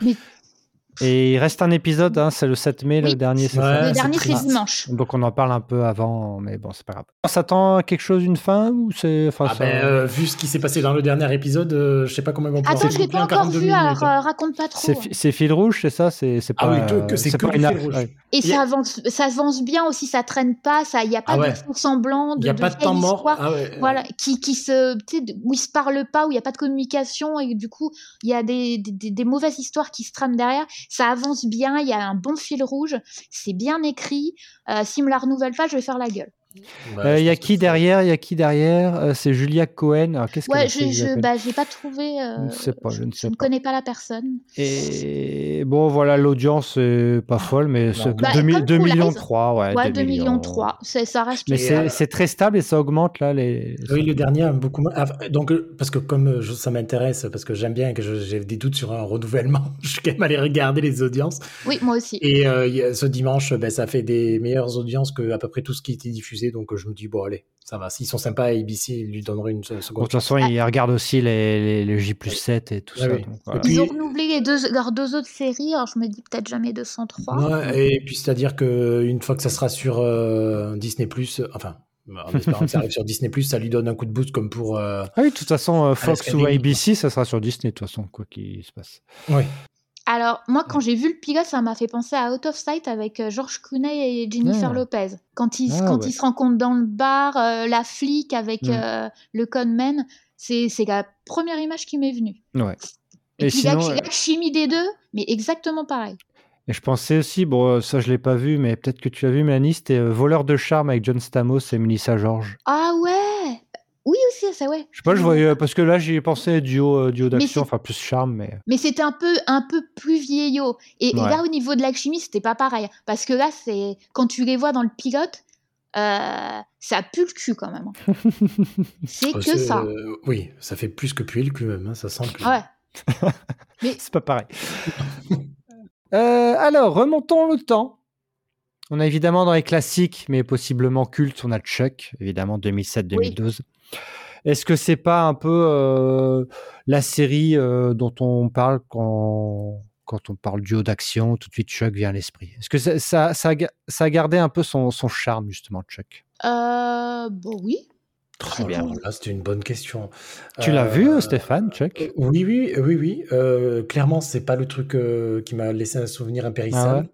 [SPEAKER 2] Et il reste un épisode, hein, c'est le 7 mai, le
[SPEAKER 4] Oui.
[SPEAKER 2] dernier, Euh, c'est
[SPEAKER 1] Ouais.
[SPEAKER 2] ça
[SPEAKER 4] le
[SPEAKER 1] c'est
[SPEAKER 4] dernier, c'est
[SPEAKER 1] triste.
[SPEAKER 4] dimanche.
[SPEAKER 2] donc on en parle un peu avant, mais bon, c'est pas grave. On s'attend à quelque chose, une fin ou c'est enfin,
[SPEAKER 1] Ah
[SPEAKER 2] ça-
[SPEAKER 1] ben, euh, vu ce qui s'est passé dans le dernier épisode, euh, je sais pas comment ils vont pouvoir
[SPEAKER 4] Attends,
[SPEAKER 1] se
[SPEAKER 4] je l'ai
[SPEAKER 1] boucler
[SPEAKER 4] pas
[SPEAKER 1] en
[SPEAKER 4] encore
[SPEAKER 1] 42
[SPEAKER 4] vu,
[SPEAKER 1] minutes.
[SPEAKER 4] alors euh, raconte pas trop.
[SPEAKER 2] c'est fi- c'est fil rouge, c'est ça C'est c'est
[SPEAKER 1] Ah
[SPEAKER 2] pas.
[SPEAKER 1] oui, que- que
[SPEAKER 2] euh,
[SPEAKER 1] c'est que
[SPEAKER 2] pas
[SPEAKER 1] du
[SPEAKER 2] une
[SPEAKER 1] fil
[SPEAKER 2] arc,
[SPEAKER 1] rouge.
[SPEAKER 2] ouais.
[SPEAKER 4] Et
[SPEAKER 1] y
[SPEAKER 4] ça avance, ça avance bien aussi, ça traîne pas, ça, y a pas
[SPEAKER 1] Ah ouais.
[SPEAKER 4] de faux semblant,
[SPEAKER 1] Il
[SPEAKER 4] de,
[SPEAKER 1] n'y a
[SPEAKER 4] de
[SPEAKER 1] pas de
[SPEAKER 4] vieille
[SPEAKER 1] temps mort.
[SPEAKER 4] histoire.
[SPEAKER 1] Ah ouais.
[SPEAKER 4] Voilà, qui, qui se, tu sais, de- où ils se parlent pas, où il n'y a pas de communication, et du coup, il y a des, des- des- des mauvaises histoires qui se trament derrière. Ça avance bien, il y a un bon fil rouge, c'est bien écrit. Euh, S'ils me la renouvellent pas, je vais faire la gueule.
[SPEAKER 2] Il y a qui derrière Il y a qui derrière Euh, C'est Julia Cohen. Alors, qu'est-ce
[SPEAKER 4] Ouais,
[SPEAKER 2] qu'elle a
[SPEAKER 4] je
[SPEAKER 2] fait,
[SPEAKER 4] n'ai
[SPEAKER 2] Julia Cohen
[SPEAKER 4] pas trouvé. euh,
[SPEAKER 2] Je ne sais pas, je ne sais
[SPEAKER 4] ne
[SPEAKER 2] pas.
[SPEAKER 4] connais pas la personne.
[SPEAKER 2] Et bon, voilà, l'audience est pas folle, mais c'est
[SPEAKER 1] Bah,
[SPEAKER 2] 2,
[SPEAKER 4] comme Cool
[SPEAKER 2] millions
[SPEAKER 4] Eyes.
[SPEAKER 2] 3, ouais.
[SPEAKER 4] Ouais,
[SPEAKER 2] 2
[SPEAKER 4] 2
[SPEAKER 2] millions.
[SPEAKER 4] millions 3. C'est, ça reste.
[SPEAKER 2] Mais
[SPEAKER 1] Et,
[SPEAKER 2] c'est,
[SPEAKER 1] euh,
[SPEAKER 2] c'est très stable et ça augmente, là, les...
[SPEAKER 1] Oui, le dernier, a beaucoup moins. Ah, donc, euh, parce que comme euh, je- ça m'intéresse, parce que j'aime bien et que je- j'ai des doutes sur un renouvellement, [laughs] je suis quand même allé regarder les audiences.
[SPEAKER 4] Oui, moi aussi.
[SPEAKER 1] Et euh, il y a- ce dimanche, ben, ça fait des meilleures audiences que à peu près tout ce qui était diffusé. Donc, euh, je me dis, bon, allez, ça va. S'ils sont sympas à ABC, ils lui donneront une se-
[SPEAKER 2] Bon, de
[SPEAKER 1] seconde.
[SPEAKER 2] toute façon,
[SPEAKER 4] Ah.
[SPEAKER 2] ils regardent aussi les, les, les J plus 7 et tout
[SPEAKER 1] Ouais,
[SPEAKER 2] ça.
[SPEAKER 1] Ah oui.
[SPEAKER 2] donc, voilà.
[SPEAKER 1] Et puis-
[SPEAKER 4] Ils ont renouvelé les deux, leurs deux autres séries. Alors, je me dis peut-être jamais 203.
[SPEAKER 1] Ouais, et puis, c'est-à-dire que une fois que ça sera sur euh, Disney, enfin, bah, en espérant que ça arrive sur Disney, ça lui donne un coup de boost comme pour. euh,
[SPEAKER 2] Ah oui, de toute façon, euh, Fox
[SPEAKER 1] Academy,
[SPEAKER 2] ou
[SPEAKER 1] quoi.
[SPEAKER 2] ABC, ça sera sur Disney, de toute façon, quoi qu'il se passe.
[SPEAKER 1] ouais.
[SPEAKER 4] Alors, moi, quand j'ai vu le pilote, ça m'a fait penser à Out of Sight avec euh, George Clooney et Jennifer
[SPEAKER 2] Ah.
[SPEAKER 4] Lopez. Quand ils,
[SPEAKER 2] Ah,
[SPEAKER 4] quand
[SPEAKER 2] ouais.
[SPEAKER 4] ils se rencontrent dans le bar, euh, la flic avec
[SPEAKER 2] Mm.
[SPEAKER 4] euh, le conman, c'est c'est la première image qui m'est venue.
[SPEAKER 2] Ouais.
[SPEAKER 4] Et,
[SPEAKER 2] Et
[SPEAKER 4] puis
[SPEAKER 2] sinon,
[SPEAKER 4] la,
[SPEAKER 2] euh,
[SPEAKER 4] la chimie des deux, mais exactement pareil.
[SPEAKER 2] Et je pensais aussi, bon, euh, ça, je l'ai pas vu, mais peut-être que tu l'as vu, Mélanie, c'était euh, Voleur de charme avec John Stamos et Melissa George.
[SPEAKER 4] Ah ouais Oui, aussi, ça, ouais.
[SPEAKER 2] Je sais pas, je
[SPEAKER 4] Non.
[SPEAKER 2] voyais, euh, parce que là, j'y pensais duo, euh, duo d'action,
[SPEAKER 4] c'est-
[SPEAKER 2] enfin, plus charme, mais...
[SPEAKER 4] Mais c'était un peu, un peu plus vieillot. Et, et
[SPEAKER 2] Ouais.
[SPEAKER 4] là, au niveau de la chimie, c'était pas pareil. Parce que là, c'est quand tu les vois dans le pilote, euh, ça pue le cul quand même. hein. c'est
[SPEAKER 1] Euh,
[SPEAKER 4] que
[SPEAKER 1] c'est-
[SPEAKER 4] ça.
[SPEAKER 1] euh, oui, ça fait plus que puer le cul même. hein, ça sent le cul.
[SPEAKER 4] Ah ouais.
[SPEAKER 2] C'est pas pareil. [laughs] Euh, alors, remontons le temps. On a évidemment dans les classiques, mais possiblement cultes, on a Chuck, évidemment, 2007-2012. Est-ce que c'est pas un peu euh, la série euh, dont on parle quand, quand on parle duo d'action, tout de suite Chuck vient à l'esprit Est-ce que ça, ça, ça, a ga- ça a gardé un peu son, son charme, justement, Chuck
[SPEAKER 4] Euh, bon, oui.
[SPEAKER 1] Oh là là, c'était une bonne question.
[SPEAKER 2] Tu l'as
[SPEAKER 1] Euh,
[SPEAKER 2] vu, Stéphane, Chuck
[SPEAKER 1] Euh, Oui, oui, euh, oui, oui. Euh, clairement, c'est pas le truc euh, qui m'a laissé un souvenir impérissable.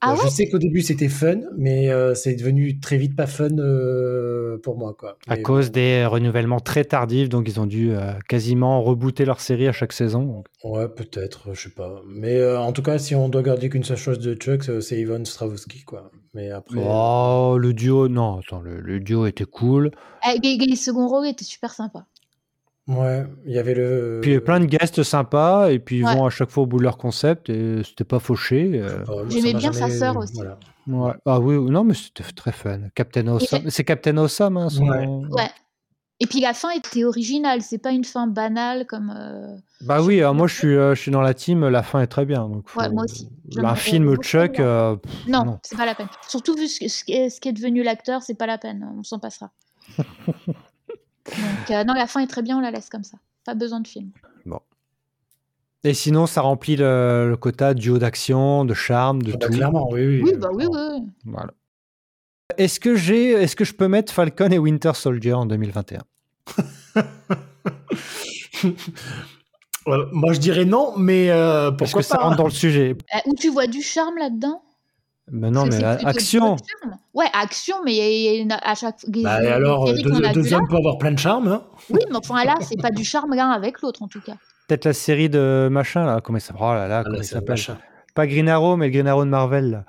[SPEAKER 4] Ah
[SPEAKER 1] Euh,
[SPEAKER 4] ouais
[SPEAKER 1] je sais qu'au début c'était fun, mais euh, c'est devenu très vite pas fun euh, pour moi. Quoi.
[SPEAKER 2] À
[SPEAKER 1] Mais
[SPEAKER 2] cause des euh, renouvellements très tardifs, donc ils ont dû euh, quasiment rebooter leur série à chaque saison. donc.
[SPEAKER 1] bon, Ouais, peut-être, je sais pas. Mais euh, en tout cas, si on doit garder qu'une seule chose de Chuck, c'est- c'est Ivan Stravosky. Quoi. Mais après. euh,
[SPEAKER 2] Oh, le duo, non, attends, le, le duo était cool.
[SPEAKER 4] Eh, Les, les seconds rôles étaient super sympas.
[SPEAKER 1] Ouais, il y avait le.
[SPEAKER 2] Puis il y a plein de guests sympas, et puis ils
[SPEAKER 4] Ouais.
[SPEAKER 2] vont à chaque fois au bout de leur concept, et c'était pas fauché. euh,
[SPEAKER 1] Oh, moi,
[SPEAKER 4] J'aimais
[SPEAKER 1] ça m'a
[SPEAKER 4] bien sa
[SPEAKER 1] jamais-
[SPEAKER 4] sœur aussi.
[SPEAKER 1] voilà.
[SPEAKER 2] ouais. Ah oui, oui, non, mais c'était très fun. Captain Awesome, c'est Captain Awesome, hein, son
[SPEAKER 1] Ouais.
[SPEAKER 2] nom.
[SPEAKER 4] Ouais. Et puis la fin était originale. C'est pas une fin banale comme. euh,
[SPEAKER 2] Bah oui, euh, moi je suis, euh, je suis dans la team, la fin est très bien. Donc,
[SPEAKER 4] Ouais,
[SPEAKER 2] faut-
[SPEAKER 4] moi aussi.
[SPEAKER 2] Un
[SPEAKER 4] J'aimerais
[SPEAKER 2] film
[SPEAKER 4] beaucoup
[SPEAKER 2] Chuck,
[SPEAKER 4] bien.
[SPEAKER 2] euh, pff,
[SPEAKER 4] Non,
[SPEAKER 2] Non.
[SPEAKER 4] c'est pas la peine. Surtout vu ce, ce qu'est ce qu'est devenu l'acteur, c'est pas la peine. On s'en passera. Donc, euh, non, la fin est très bien. On la laisse comme ça. Pas besoin de film.
[SPEAKER 2] et sinon ça remplit le, le quota de duo d'action, de charme, de
[SPEAKER 1] Ah bah,
[SPEAKER 2] tout.
[SPEAKER 1] clairement, oui, oui.
[SPEAKER 4] Oui,
[SPEAKER 1] euh,
[SPEAKER 4] bah oui, oui. oui.
[SPEAKER 2] Voilà. Est-ce que j'ai, est-ce que je peux mettre Falcon et Winter Soldier en 2021
[SPEAKER 1] Euh, moi, je dirais non, mais euh,
[SPEAKER 2] Parce
[SPEAKER 1] pourquoi
[SPEAKER 2] que ça
[SPEAKER 1] pas
[SPEAKER 2] rentre dans le sujet.
[SPEAKER 4] Euh, où tu vois du charme là-dedans
[SPEAKER 2] Mais Bah non,
[SPEAKER 4] Parce que
[SPEAKER 2] mais
[SPEAKER 4] c'est
[SPEAKER 2] la-
[SPEAKER 4] plutôt
[SPEAKER 2] action.
[SPEAKER 4] du charme. Ouais, action, mais il y a- il y a une- à chaque fois.
[SPEAKER 1] Bah, et alors, euh, deux, deux
[SPEAKER 4] là.
[SPEAKER 1] hommes peuvent avoir plein de charme. Hein
[SPEAKER 4] Oui, mais enfin là, c'est pas du charme l'un avec l'autre en tout cas.
[SPEAKER 2] Peut-être la série de machin là, comment il s'appelle Oh là là,
[SPEAKER 1] Ah,
[SPEAKER 2] comment
[SPEAKER 1] là,
[SPEAKER 2] il
[SPEAKER 1] c'est le
[SPEAKER 2] s'appelle
[SPEAKER 1] machin.
[SPEAKER 2] Pas Green Arrow, mais le Green Arrow de Marvel. Là.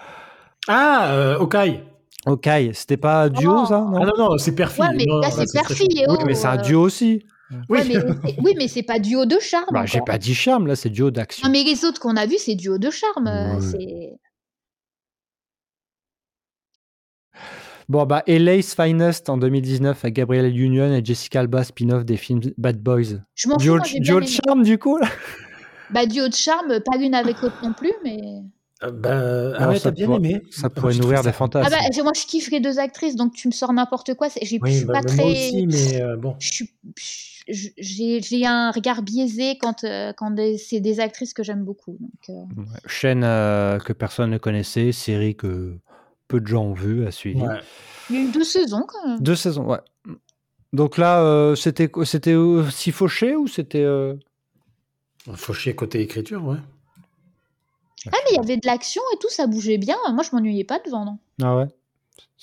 [SPEAKER 1] Ah, euh, Hawkeye.
[SPEAKER 2] Ok, c'était pas un duo
[SPEAKER 4] Oh.
[SPEAKER 2] ça non
[SPEAKER 1] Ah non, non, c'est Perfil.
[SPEAKER 4] Ouais, mais
[SPEAKER 1] Non,
[SPEAKER 4] là
[SPEAKER 1] non,
[SPEAKER 4] c'est
[SPEAKER 1] ça,
[SPEAKER 4] perfide. et
[SPEAKER 2] Oui,
[SPEAKER 4] oh,
[SPEAKER 2] mais c'est un
[SPEAKER 4] euh,
[SPEAKER 2] duo aussi.
[SPEAKER 1] Oui,
[SPEAKER 4] ouais, mais c'est- oui, mais c'est pas duo de charme.
[SPEAKER 2] Bah, j'ai
[SPEAKER 4] encore.
[SPEAKER 2] pas dit charme là, c'est duo d'action.
[SPEAKER 4] Non, mais les autres qu'on a vus, c'est duo de charme. euh,
[SPEAKER 2] Ouais.
[SPEAKER 4] c'est-
[SPEAKER 2] Bon bah, LA's Finest en 2019 avec Gabrielle Union et Jessica Alba, spin-off des films Bad Boys.
[SPEAKER 4] Je m'en fous.
[SPEAKER 2] Duo,
[SPEAKER 4] moi, j'ai bien
[SPEAKER 2] duo de
[SPEAKER 4] aimé.
[SPEAKER 2] charme du coup là
[SPEAKER 4] Bah, duo de charme, pas l'une avec l'autre non plus, mais.
[SPEAKER 1] Euh, bah, ah
[SPEAKER 2] Non,
[SPEAKER 1] ouais,
[SPEAKER 2] ça
[SPEAKER 1] t'as bien
[SPEAKER 2] pourrait-
[SPEAKER 1] aimé.
[SPEAKER 2] Ça
[SPEAKER 1] Ah,
[SPEAKER 2] pourrait
[SPEAKER 1] j'ai
[SPEAKER 2] nourrir
[SPEAKER 1] trouvé ça-
[SPEAKER 2] des fantasmes.
[SPEAKER 4] Ah bah, j'ai- moi je kiffe les deux actrices, donc tu me sors n'importe quoi. c'est- j'ai- Je
[SPEAKER 1] Oui,
[SPEAKER 4] suis
[SPEAKER 1] bah,
[SPEAKER 4] pas
[SPEAKER 1] bah,
[SPEAKER 4] très.
[SPEAKER 1] moi aussi, mais euh, bon.
[SPEAKER 4] je suis- je- J'ai j'ai un regard biaisé quand, euh, quand des- c'est des actrices que j'aime beaucoup. Donc, euh,
[SPEAKER 2] Ouais. Chaîne euh, que personne ne connaissait, série que peu de gens ont vue, à suivre.
[SPEAKER 1] Ouais.
[SPEAKER 4] Il y a eu deux saisons quand même.
[SPEAKER 2] Deux saisons, ouais. Donc là, euh, c'était quoi- c'était aussi fauché ou c'était euh,
[SPEAKER 1] Faut chier côté écriture, ouais.
[SPEAKER 4] Ah, mais il y avait de l'action et tout, ça bougeait bien. Moi je m'ennuyais pas devant, non.
[SPEAKER 2] ah ouais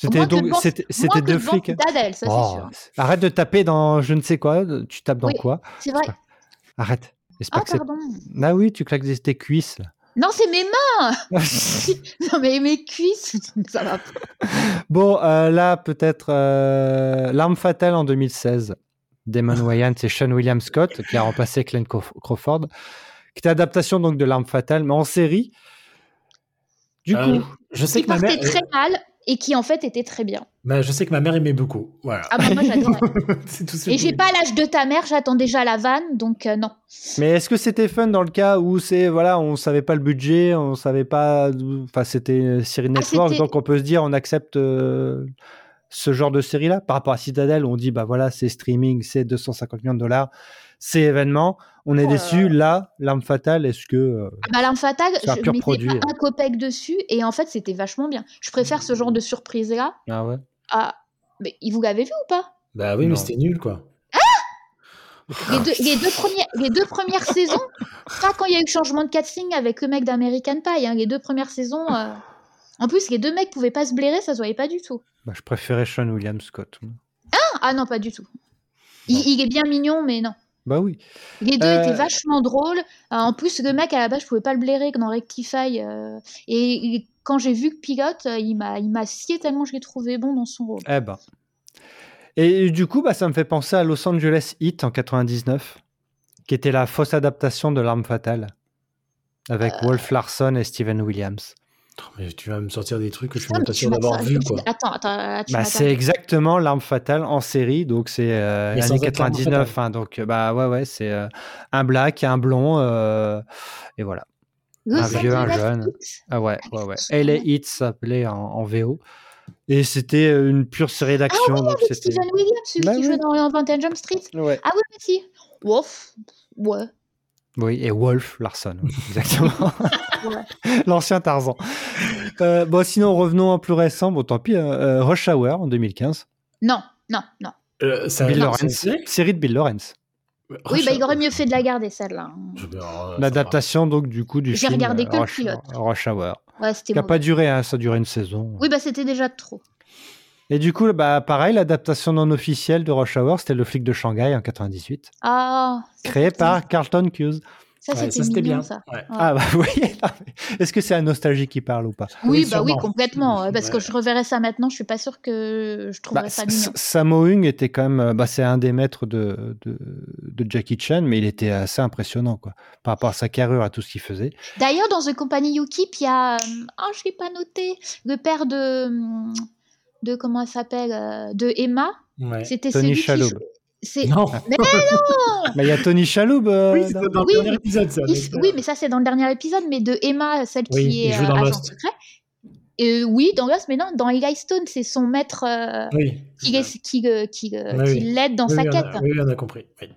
[SPEAKER 4] Moins
[SPEAKER 2] C'était
[SPEAKER 4] que
[SPEAKER 2] donc
[SPEAKER 4] devant-
[SPEAKER 2] c'était
[SPEAKER 4] Moins
[SPEAKER 2] c'était
[SPEAKER 4] que
[SPEAKER 2] deux
[SPEAKER 4] devant
[SPEAKER 2] flics.
[SPEAKER 4] Citadel, ça
[SPEAKER 2] Oh,
[SPEAKER 4] c'est sûr.
[SPEAKER 2] arrête de taper dans je ne sais quoi. euh, Tu tapes dans
[SPEAKER 4] Oui.
[SPEAKER 2] quoi
[SPEAKER 4] C'est vrai.
[SPEAKER 2] Arrête. J'espère
[SPEAKER 4] Ah,
[SPEAKER 2] que c'est-
[SPEAKER 4] pardon.
[SPEAKER 2] Ah oui, tu claques des- tes cuisses. là.
[SPEAKER 4] Non, c'est mes
[SPEAKER 2] [laughs]
[SPEAKER 4] mains Non, mais mes cuisses, [laughs] ça va pas.
[SPEAKER 2] Bon, euh, là, peut-être euh, L'arme fatale en 2016. [laughs] Damon Wayans et Sean William Scott, qui a remplacé Glenn Crawf- Crawford, qui est adaptation donc de L'arme fatale, mais en série. Du coup,
[SPEAKER 1] Euh, je sais
[SPEAKER 4] Qui
[SPEAKER 1] que ma mère, euh,
[SPEAKER 4] partait très mal et qui en fait était très bien.
[SPEAKER 1] bah, je sais que ma mère aimait beaucoup. Voilà.
[SPEAKER 4] [laughs]
[SPEAKER 1] [laughs]
[SPEAKER 4] Ah bah moi j'adorais.
[SPEAKER 2] [laughs]
[SPEAKER 1] c'est tout ce
[SPEAKER 4] Et
[SPEAKER 1] que
[SPEAKER 4] j'ai
[SPEAKER 1] je
[SPEAKER 4] pas l'âge de ta mère, j'attends déjà la vanne, donc euh, non.
[SPEAKER 2] mais est-ce que c'était fun dans le cas où c'est voilà, on savais pas le budget, on savais pas, d'où- enfin c'était série
[SPEAKER 4] Ah,
[SPEAKER 2] Network,
[SPEAKER 4] c'était-
[SPEAKER 2] donc on peut se dire on accepte euh, ce genre de série là par rapport à Citadel, on dit bah voilà c'est streaming, c'est 250 millions de dollars, c'est événement, on est
[SPEAKER 4] Oh là
[SPEAKER 2] déçu. Là, l'arme fatale, est-ce que euh,
[SPEAKER 4] Ah bah l'arme fatale,
[SPEAKER 2] C'est
[SPEAKER 4] je
[SPEAKER 2] un pur
[SPEAKER 4] mettais
[SPEAKER 2] produit, hein.
[SPEAKER 4] pas un copec dessus et en fait c'était vachement bien. Je préfère ce genre de surprise là
[SPEAKER 2] ah ouais.
[SPEAKER 4] à... Mais vous l'avez vu ou pas
[SPEAKER 1] Bah oui,
[SPEAKER 2] Non.
[SPEAKER 1] mais c'était nul, quoi.
[SPEAKER 4] les deux, les, deux premières, les deux premières saisons, pas quand il y a eu le changement de casting avec le mec d'American Pie, hein, les deux premières saisons. euh, En plus, les deux mecs pouvaient pas se blairer, ça se voyait pas du tout.
[SPEAKER 2] Bah, je préférais Sean William Scott.
[SPEAKER 4] Ah, ah non, pas du tout. Il, il est bien mignon, mais non.
[SPEAKER 2] Bah oui.
[SPEAKER 4] Les deux
[SPEAKER 2] Euh,
[SPEAKER 4] étaient vachement drôles. Euh, en plus, le mec à la base, je pouvais pas le blairer dans Rectify. euh, Et et quand j'ai vu que Pilote, euh, il m'a, il m'a scié tellement je l'ai trouvé bon dans son rôle.
[SPEAKER 2] Eh ben. Et du coup, bah, ça me fait penser à Los Angeles Heat en 99, qui était la fausse adaptation de L'Arme Fatale, avec
[SPEAKER 4] Euh.
[SPEAKER 2] Wolf Larson et Steven Williams.
[SPEAKER 1] Attends, Oh, mais tu vas me sortir des trucs que je suis
[SPEAKER 4] Putain,
[SPEAKER 1] même
[SPEAKER 4] mais
[SPEAKER 1] pas
[SPEAKER 4] tu
[SPEAKER 1] sûr
[SPEAKER 4] m'as-
[SPEAKER 1] d'avoir
[SPEAKER 4] ça-
[SPEAKER 1] vu, quoi.
[SPEAKER 4] Attends, attends, là, tu
[SPEAKER 2] Bah,
[SPEAKER 4] m'attends.
[SPEAKER 2] c'est exactement L'Arme Fatale en série, donc c'est euh,
[SPEAKER 1] Mais sans
[SPEAKER 2] l'année
[SPEAKER 1] être L'Arme
[SPEAKER 2] 99. hein, donc, bah ouais, ouais, c'est euh, un black, un blond, euh, et voilà.
[SPEAKER 4] Le
[SPEAKER 2] un vieux, un
[SPEAKER 4] Saturday
[SPEAKER 2] jeune.
[SPEAKER 4] Night
[SPEAKER 2] Ah ouais, ouais,
[SPEAKER 4] [laughs]
[SPEAKER 2] ouais.
[SPEAKER 4] Avec
[SPEAKER 2] LA Heat s'appelait en, en VO. Et c'était euh, une pure série d'action. donc
[SPEAKER 4] Ah Avec
[SPEAKER 2] c'était...
[SPEAKER 4] Steven Williams, celui
[SPEAKER 2] Bah
[SPEAKER 4] qui
[SPEAKER 2] oui.
[SPEAKER 4] jouait dans 21 Jump Street.
[SPEAKER 2] Ouais.
[SPEAKER 4] Ah oui, mais si. Ouf. Ouais.
[SPEAKER 2] Oui, et Wolf Larson,
[SPEAKER 4] [laughs]
[SPEAKER 2] oui, exactement. L'ancien Tarzan. Euh, bon, sinon, revenons en plus récent. Bon, tant pis. hein, euh, Rush Hour en 2015.
[SPEAKER 4] Non, non, non.
[SPEAKER 1] Euh, ça
[SPEAKER 2] Bill
[SPEAKER 1] ça-
[SPEAKER 2] Lawrence.
[SPEAKER 1] c'est-
[SPEAKER 2] Série de Bill Lawrence.
[SPEAKER 4] Oui, bah, il
[SPEAKER 1] Rush-
[SPEAKER 4] aurait mieux fait de la garder, celle-là. hein.
[SPEAKER 1] Je- ben, alors, euh,
[SPEAKER 2] L'adaptation, donc, du coup, du
[SPEAKER 4] J'ai
[SPEAKER 2] film
[SPEAKER 4] regardé
[SPEAKER 2] euh,
[SPEAKER 4] que le
[SPEAKER 2] Rush,
[SPEAKER 4] pilote.
[SPEAKER 2] Rush Hour.
[SPEAKER 4] Ouais, c'était
[SPEAKER 2] Qui a
[SPEAKER 4] mauvais.
[SPEAKER 2] pas duré, hein, ça a duré une saison.
[SPEAKER 4] Oui, bah, c'était déjà trop.
[SPEAKER 2] Et du coup, bah, pareil, l'adaptation non officielle de Rush Hour, c'était Le flic de Shanghai en 98,
[SPEAKER 4] Ah. ça,
[SPEAKER 2] créé
[SPEAKER 4] c'était-
[SPEAKER 2] par Carlton Cuse.
[SPEAKER 4] Ça,
[SPEAKER 1] ouais,
[SPEAKER 4] c'était mignon, ça.
[SPEAKER 1] Ouais.
[SPEAKER 2] Ah, bah [laughs] oui. non, mais Est-ce que c'est la nostalgie qui parle ou pas
[SPEAKER 4] Oui,
[SPEAKER 1] Oui,
[SPEAKER 4] bah oui,
[SPEAKER 1] sûrement.
[SPEAKER 4] complètement. ouais, parce que
[SPEAKER 1] Ouais.
[SPEAKER 4] je reverrais ça maintenant, je suis pas sûre que je trouverais
[SPEAKER 2] Bah,
[SPEAKER 4] ça
[SPEAKER 2] S-
[SPEAKER 4] mignon.
[SPEAKER 2] S- Sammo Hung était quand même, euh, bah, c'est un des maîtres de, de, de Jackie Chan, mais il était assez impressionnant quoi, par rapport à sa carrure, à tout ce qu'il faisait.
[SPEAKER 4] D'ailleurs, dans The Company You Keep, il y a. euh, Ah, je l'ai pas noté. Le père de. hum, De comment elle s'appelle euh, De Emma.
[SPEAKER 1] Ouais.
[SPEAKER 4] C'était
[SPEAKER 2] Tony
[SPEAKER 4] celui qui.
[SPEAKER 2] Shalhoub.
[SPEAKER 4] jou- C'est...
[SPEAKER 1] Non.
[SPEAKER 4] Mais
[SPEAKER 2] Mais Bah, il y a Tony Chaloub. euh,
[SPEAKER 1] Oui, c'était
[SPEAKER 2] dans-
[SPEAKER 1] dans
[SPEAKER 4] Oui,
[SPEAKER 1] le dernier
[SPEAKER 4] mais-
[SPEAKER 1] épisode, ça.
[SPEAKER 4] Il f-
[SPEAKER 1] mais-
[SPEAKER 4] oui, mais ça c'est dans le dernier épisode, mais de Emma, celle
[SPEAKER 1] Oui,
[SPEAKER 4] qui
[SPEAKER 1] il
[SPEAKER 4] est
[SPEAKER 1] joue
[SPEAKER 4] euh,
[SPEAKER 1] dans
[SPEAKER 4] agent
[SPEAKER 1] Lost.
[SPEAKER 4] secret. Et euh, oui, dans Lost, mais non, dans Eli Stone, c'est son maître euh,
[SPEAKER 1] Oui.
[SPEAKER 4] qui l'est- qui le- qui le-
[SPEAKER 1] Ah
[SPEAKER 4] qui
[SPEAKER 1] oui.
[SPEAKER 4] l'aide dans
[SPEAKER 1] Oui,
[SPEAKER 4] sa
[SPEAKER 1] oui, on a-
[SPEAKER 4] quête.
[SPEAKER 1] Oui, on a compris. Oui.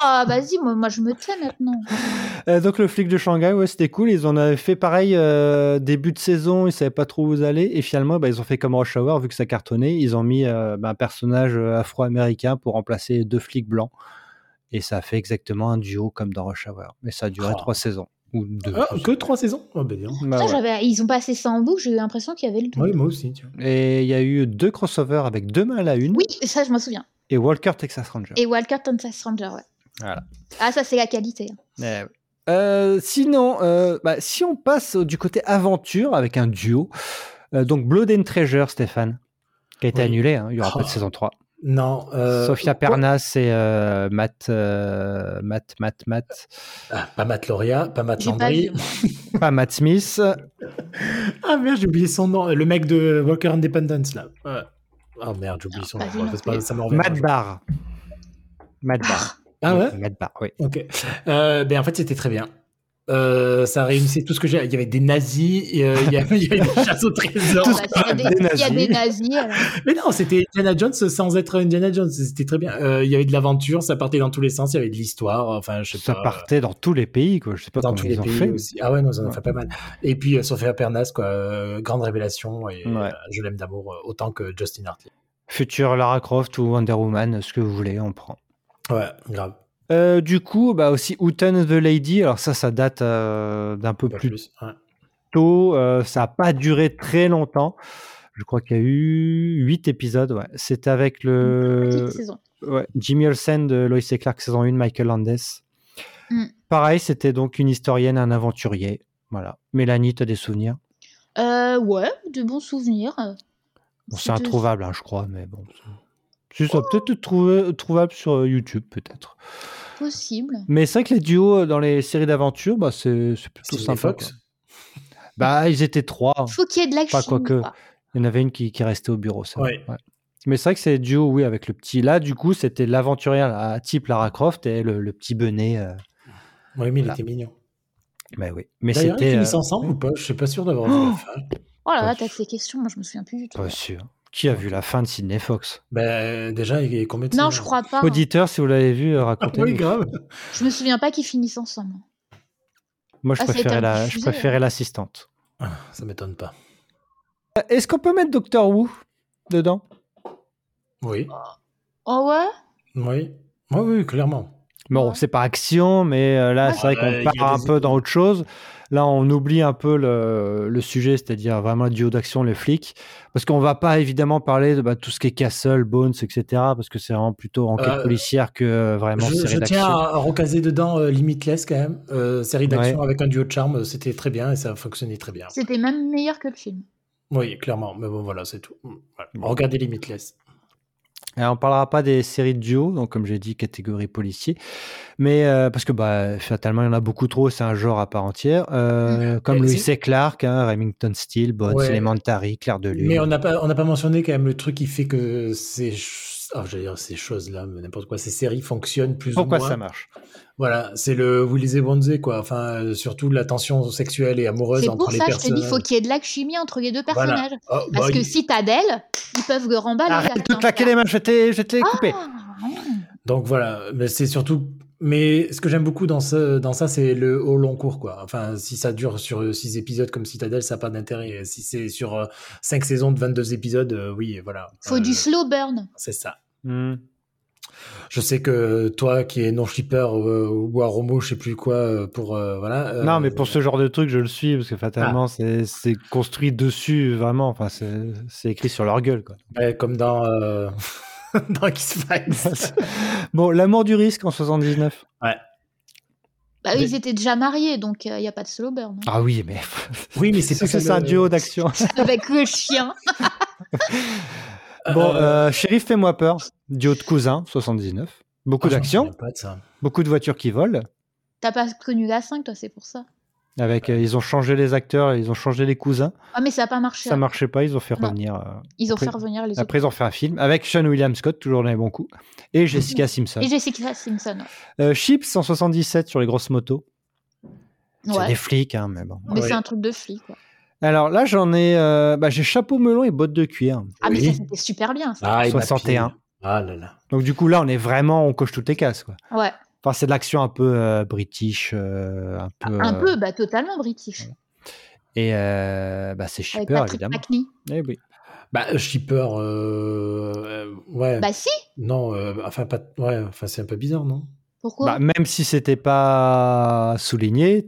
[SPEAKER 4] Ah, vas-y, moi, moi, je me tais maintenant.
[SPEAKER 2] Euh, donc le flic de Shanghai, ouais, c'était cool. Ils en avaient fait pareil euh, début de saison, ils savaient pas trop où aller, et finalement, bah, ils ont fait comme Rush Hour, vu que ça cartonnait, ils ont mis euh, bah, un personnage euh, afro-américain pour remplacer deux flics blancs, et ça a fait exactement un duo comme dans Rush Hour. Mais ça a duré
[SPEAKER 1] Oh.
[SPEAKER 2] trois saisons ou deux.
[SPEAKER 1] Ah,
[SPEAKER 2] je sais
[SPEAKER 1] que trois saisons Oh, ben dis donc.
[SPEAKER 2] pas. Bah,
[SPEAKER 4] Ça,
[SPEAKER 2] ouais.
[SPEAKER 4] j'avais- Ils ont passé ça en boucle, j'ai eu l'impression qu'il y avait le double.
[SPEAKER 1] Oui, moi aussi. Tiens.
[SPEAKER 2] Et il y a eu deux crossovers avec Deux mains à la une
[SPEAKER 4] Oui, ça je m'en souviens.
[SPEAKER 2] et Walker Texas Ranger.
[SPEAKER 4] Et Walker Texas Ranger, ouais.
[SPEAKER 2] Voilà.
[SPEAKER 4] Ah, ça c'est la qualité. hein.
[SPEAKER 2] Eh oui. Euh, sinon, euh, bah, si on passe du côté aventure avec un duo, euh, donc Blood and Treasure, Stéphane, qui a été
[SPEAKER 1] Oui.
[SPEAKER 2] annulé, hein, il n'y aura pas de
[SPEAKER 1] Oh.
[SPEAKER 2] saison 3.
[SPEAKER 1] Non. euh,
[SPEAKER 2] Sophia
[SPEAKER 1] quoi-
[SPEAKER 2] Pernas et euh, Matt, euh, Matt, Matt, Matt,
[SPEAKER 1] Ah, pas Matt Lauria, pas Matt
[SPEAKER 4] J'ai pas
[SPEAKER 1] Landry.
[SPEAKER 4] vu.
[SPEAKER 2] pas Matt Smith,
[SPEAKER 1] [laughs] Ah merde, j'ai oublié son nom. Le mec de Walker Independence, là. Ouais. Ah merde, j'ai oublié son
[SPEAKER 4] pas
[SPEAKER 1] nom.
[SPEAKER 4] lui
[SPEAKER 1] Ouais,
[SPEAKER 4] non
[SPEAKER 1] c'est pas-
[SPEAKER 4] plus.
[SPEAKER 1] ça me revient.
[SPEAKER 2] Matt Barr. Matt Barr.
[SPEAKER 1] Ah ouais
[SPEAKER 2] Matt Barr, oui.
[SPEAKER 1] Ok. Euh, ben en fait, c'était très bien. Euh, ça réunissait tout ce que j'ai. Il y avait des nazis, et, euh, [laughs] il y avait, il y avait des chasses au trésor. Ah,
[SPEAKER 4] Bah, s'il y a
[SPEAKER 2] Des
[SPEAKER 4] des- s'il y a des nazis. alors.
[SPEAKER 1] Mais non, c'était Indiana Jones sans être Indiana Jones. C'était très bien. Euh, il y avait de l'aventure, ça partait dans tous les sens. Il y avait de l'histoire. Enfin, je sais
[SPEAKER 2] Ça
[SPEAKER 1] pas.
[SPEAKER 2] partait dans tous les pays, quoi. Je sais pas
[SPEAKER 1] dans
[SPEAKER 2] comment
[SPEAKER 1] tous
[SPEAKER 2] ils
[SPEAKER 1] les
[SPEAKER 2] ont
[SPEAKER 1] pays
[SPEAKER 2] fait.
[SPEAKER 1] aussi. Ah ouais, non, ça en a
[SPEAKER 2] Ouais.
[SPEAKER 1] fait pas mal. Et puis euh, Sophia Pernas, quoi, euh, grande révélation. Et
[SPEAKER 2] Ouais.
[SPEAKER 1] euh, je l'aime d'amour euh, autant que Justin Hartley.
[SPEAKER 2] Future Lara Croft ou Wonder Woman, ce que vous voulez, on prend.
[SPEAKER 1] Ouais, grave.
[SPEAKER 2] Euh, du coup, bah aussi Houghton the Lady, alors ça, ça date euh, d'un peu
[SPEAKER 1] Pas
[SPEAKER 2] plus
[SPEAKER 1] plus. Ouais.
[SPEAKER 2] tôt, euh, ça n'a pas duré très longtemps. Je crois qu'il y a eu 8 épisodes, ouais. C'était avec
[SPEAKER 4] Une
[SPEAKER 2] le
[SPEAKER 4] petite saison.
[SPEAKER 2] ouais, Jimmy Olsen de Lois et Clark saison 1, Michael Landes.
[SPEAKER 4] Mm.
[SPEAKER 2] Pareil, c'était donc une historienne, un aventurier. Voilà. Mélanie, t'as des souvenirs
[SPEAKER 4] Euh, ouais, de bons souvenirs.
[SPEAKER 2] Bon, c'est
[SPEAKER 4] C'était-
[SPEAKER 2] introuvable, hein, je crois, mais bon. c'est- Si
[SPEAKER 4] Oh.
[SPEAKER 2] ça peut-être trouvé- trouvable sur euh, YouTube, peut-être.
[SPEAKER 4] Possible.
[SPEAKER 2] Mais c'est vrai que les duos euh, dans les séries d'aventure, bah, c'est c'est plutôt
[SPEAKER 1] Disney
[SPEAKER 2] sympa.
[SPEAKER 1] Fox.
[SPEAKER 2] quoi. Bah, ils étaient trois. hein.
[SPEAKER 4] Faut qu'il y ait de l'action.
[SPEAKER 2] Pas quoi que.
[SPEAKER 4] quoi.
[SPEAKER 2] Il y en avait une qui, qui restait au bureau, ça.
[SPEAKER 1] Ouais.
[SPEAKER 2] ouais. Mais c'est vrai que c'est les duos, oui, avec le petit. Là, du coup, c'était l'aventurière à type Lara Croft et le, le petit benet. euh,
[SPEAKER 1] Oui, mais il
[SPEAKER 2] Là.
[SPEAKER 1] était mignon.
[SPEAKER 2] Bah oui. Mais
[SPEAKER 1] D'ailleurs, ils
[SPEAKER 2] c'était. euh,
[SPEAKER 1] finissent ensemble ou pas Je suis pas sûr d'avoir vu la fin.
[SPEAKER 4] Oh là là,
[SPEAKER 2] Ouais.
[SPEAKER 4] t'as fait question, moi je me souviens plus du tout.
[SPEAKER 2] Pas sûr. Qui a vu la fin de Sidney Fox
[SPEAKER 1] Ben, déjà, il y a combien de
[SPEAKER 4] non,
[SPEAKER 2] hein.
[SPEAKER 1] saisons
[SPEAKER 4] je crois pas. hein.
[SPEAKER 2] Auditeur, si vous l'avez vu, euh,
[SPEAKER 1] Ah
[SPEAKER 2] racontez-nous.
[SPEAKER 1] oui, grave.
[SPEAKER 4] Je me souviens pas qu'ils finissent ensemble.
[SPEAKER 2] Moi, je
[SPEAKER 4] Ah, ça a été
[SPEAKER 2] préférais la- je
[SPEAKER 4] diffusé,
[SPEAKER 2] préférais l'assistante.
[SPEAKER 1] Ah, Ça m'étonne pas.
[SPEAKER 2] Euh, Est-ce qu'on peut mettre Doctor Who dedans
[SPEAKER 1] Oui.
[SPEAKER 4] Oh ouais
[SPEAKER 1] Oui. Oui, oui, clairement.
[SPEAKER 2] Bon,
[SPEAKER 4] Ouais.
[SPEAKER 2] c'est pas action, mais euh, là,
[SPEAKER 4] Ouais.
[SPEAKER 2] c'est vrai
[SPEAKER 1] Ah, euh,
[SPEAKER 2] qu'on
[SPEAKER 1] il y a
[SPEAKER 2] part un
[SPEAKER 1] des-
[SPEAKER 2] peu dans autre chose. Là, on oublie un peu le, le sujet, c'est-à-dire vraiment le duo d'action, les flics. Parce qu'on va pas évidemment parler de bah, tout ce qui est Castle, Bones, etc. Parce que c'est vraiment plutôt enquête
[SPEAKER 1] Euh,
[SPEAKER 2] policière que euh,
[SPEAKER 1] Je,
[SPEAKER 2] vraiment
[SPEAKER 1] je
[SPEAKER 2] série
[SPEAKER 1] tiens
[SPEAKER 2] d'action.
[SPEAKER 1] à, à recaser dedans euh, Limitless quand même. Euh, série d'action avec un duo de charme, euh, c'était très bien et ça fonctionnait très bien.
[SPEAKER 4] C'était même meilleur que le film.
[SPEAKER 1] Oui, clairement. Mais bon, voilà, c'est tout. Mm, voilà. Regardez Limitless.
[SPEAKER 2] Et on parlera pas des séries de duo, donc comme j'ai dit, catégorie policier. Mais euh, parce que bah, fatalement, il y en a beaucoup trop, c'est un genre à part entière. Euh, Comme
[SPEAKER 1] Et
[SPEAKER 2] Louis
[SPEAKER 1] c'est-
[SPEAKER 2] C. Clark, hein, Remington Steele,
[SPEAKER 1] Mm.
[SPEAKER 2] Bones,
[SPEAKER 1] Eh, Ouais.
[SPEAKER 2] Elementary, Claire de Lune.
[SPEAKER 1] Mais on n'a pas, on n'a pas mentionné quand même le truc qui fait que ces, ch- ah, j'allais dire ces choses-là, mais n'importe quoi, ces séries fonctionnent plus
[SPEAKER 2] Pourquoi
[SPEAKER 1] ou moins.
[SPEAKER 2] ça marche
[SPEAKER 1] Voilà, c'est le Willis et Bonze, quoi. Enfin, euh, surtout la tension sexuelle et amoureuse
[SPEAKER 4] C'est
[SPEAKER 1] entre
[SPEAKER 4] pour
[SPEAKER 1] les
[SPEAKER 4] ça que je t'ai
[SPEAKER 1] personnages.
[SPEAKER 4] dit, faut qu'il y ait de l'alchimie entre les deux
[SPEAKER 1] Voilà.
[SPEAKER 4] personnages.
[SPEAKER 1] Ah,
[SPEAKER 4] Parce
[SPEAKER 1] bah,
[SPEAKER 4] que
[SPEAKER 1] il-
[SPEAKER 4] Citadelle, ils peuvent remballer. hein.
[SPEAKER 2] Arrête de
[SPEAKER 4] attends,
[SPEAKER 2] claquer les Oh mains, je vais te- je vais te les couper.
[SPEAKER 4] Ah,
[SPEAKER 1] Donc voilà, mais c'est surtout. Mais ce que j'aime beaucoup dans, ce, dans ça, c'est le au long cours, quoi. Enfin, si ça dure sur euh, six épisodes comme Citadel, ça n'a pas d'intérêt. Et Si c'est sur euh, cinq saisons de 22 épisodes, euh, oui, voilà.
[SPEAKER 4] Faut
[SPEAKER 1] Euh,
[SPEAKER 4] du slow burn.
[SPEAKER 1] C'est ça.
[SPEAKER 2] Hmm.
[SPEAKER 1] Je sais que toi, qui es non-shipper euh, ou à Romo, je sais plus quoi, euh, pour. euh, voilà. euh,
[SPEAKER 2] Non, mais pour ce genre de truc, je le suis parce que fatalement, c'est- c'est construit dessus vraiment. Enfin, c'est c'est écrit sur leur gueule. Quoi.
[SPEAKER 1] ouais, comme dans. euh, [laughs] dans X-Files.
[SPEAKER 2] bon, l'amour du risque en 79.
[SPEAKER 4] Bah, eux,
[SPEAKER 1] Mais-
[SPEAKER 4] ils étaient déjà mariés, donc il n'y a pas de slow burn. hein.
[SPEAKER 2] Ah [laughs] oui, [laughs] mais
[SPEAKER 1] oui, mais c'est
[SPEAKER 2] c'est
[SPEAKER 1] pas ça
[SPEAKER 2] c'est un
[SPEAKER 1] le-
[SPEAKER 2] duo d'action. [laughs]
[SPEAKER 4] [laughs] Avec le chien.
[SPEAKER 2] Bon,
[SPEAKER 1] Euh,
[SPEAKER 2] euh, shérif, fais-moi peur. Duo de cousins, 79. Beaucoup
[SPEAKER 1] ah, je me
[SPEAKER 2] d'action,
[SPEAKER 1] souviens pas de ça.
[SPEAKER 2] beaucoup de voitures qui volent.
[SPEAKER 4] T'as pas connu la 5, toi, c'est pour ça.
[SPEAKER 2] Avec, euh, ils ont changé les acteurs, ils ont changé les cousins.
[SPEAKER 4] Ah, mais ça n'a pas marché.
[SPEAKER 2] Ça marchait pas, ils ont fait
[SPEAKER 4] Non.
[SPEAKER 2] revenir. euh,
[SPEAKER 4] Ils ont
[SPEAKER 2] Après-
[SPEAKER 4] fait revenir les autres.
[SPEAKER 2] Après, ils ont fait un film avec Sean William Scott, toujours dans les bons coups, [laughs] et Jessica Simpson.
[SPEAKER 4] Et Jessica Simpson.
[SPEAKER 2] Euh, Chips 177 sur les grosses motos.
[SPEAKER 4] Ouais.
[SPEAKER 2] C'est
[SPEAKER 4] Ouais.
[SPEAKER 2] des flics, hein, mais bon.
[SPEAKER 4] Mais
[SPEAKER 1] Ouais.
[SPEAKER 4] c'est un truc de flic. quoi.
[SPEAKER 2] Alors là, j'en ai, euh, bah, j'ai chapeau melon et bottes de cuir.
[SPEAKER 4] Ah, mais
[SPEAKER 1] Oui.
[SPEAKER 4] ça, c'était super bien, ça.
[SPEAKER 1] Ah, il m'a
[SPEAKER 2] 61.
[SPEAKER 1] pile. Ah là là.
[SPEAKER 2] Donc du coup là, on est vraiment, on coche toutes les cases, quoi.
[SPEAKER 4] Ouais.
[SPEAKER 2] Enfin, c'est de l'action un peu euh, british, euh, un peu.
[SPEAKER 4] Un
[SPEAKER 2] euh,
[SPEAKER 4] peu, bah, totalement british.
[SPEAKER 2] Et euh, bah, c'est
[SPEAKER 4] Avec
[SPEAKER 2] shipper,
[SPEAKER 4] Patrick
[SPEAKER 2] évidemment.
[SPEAKER 4] McNee.
[SPEAKER 2] Eh oui.
[SPEAKER 1] Bah, Shipper. euh, euh, ouais.
[SPEAKER 4] Bah, si
[SPEAKER 1] Non, euh, enfin, pas, ouais, enfin, c'est un peu bizarre, non
[SPEAKER 4] Pourquoi
[SPEAKER 2] Bah, même si c'était pas souligné,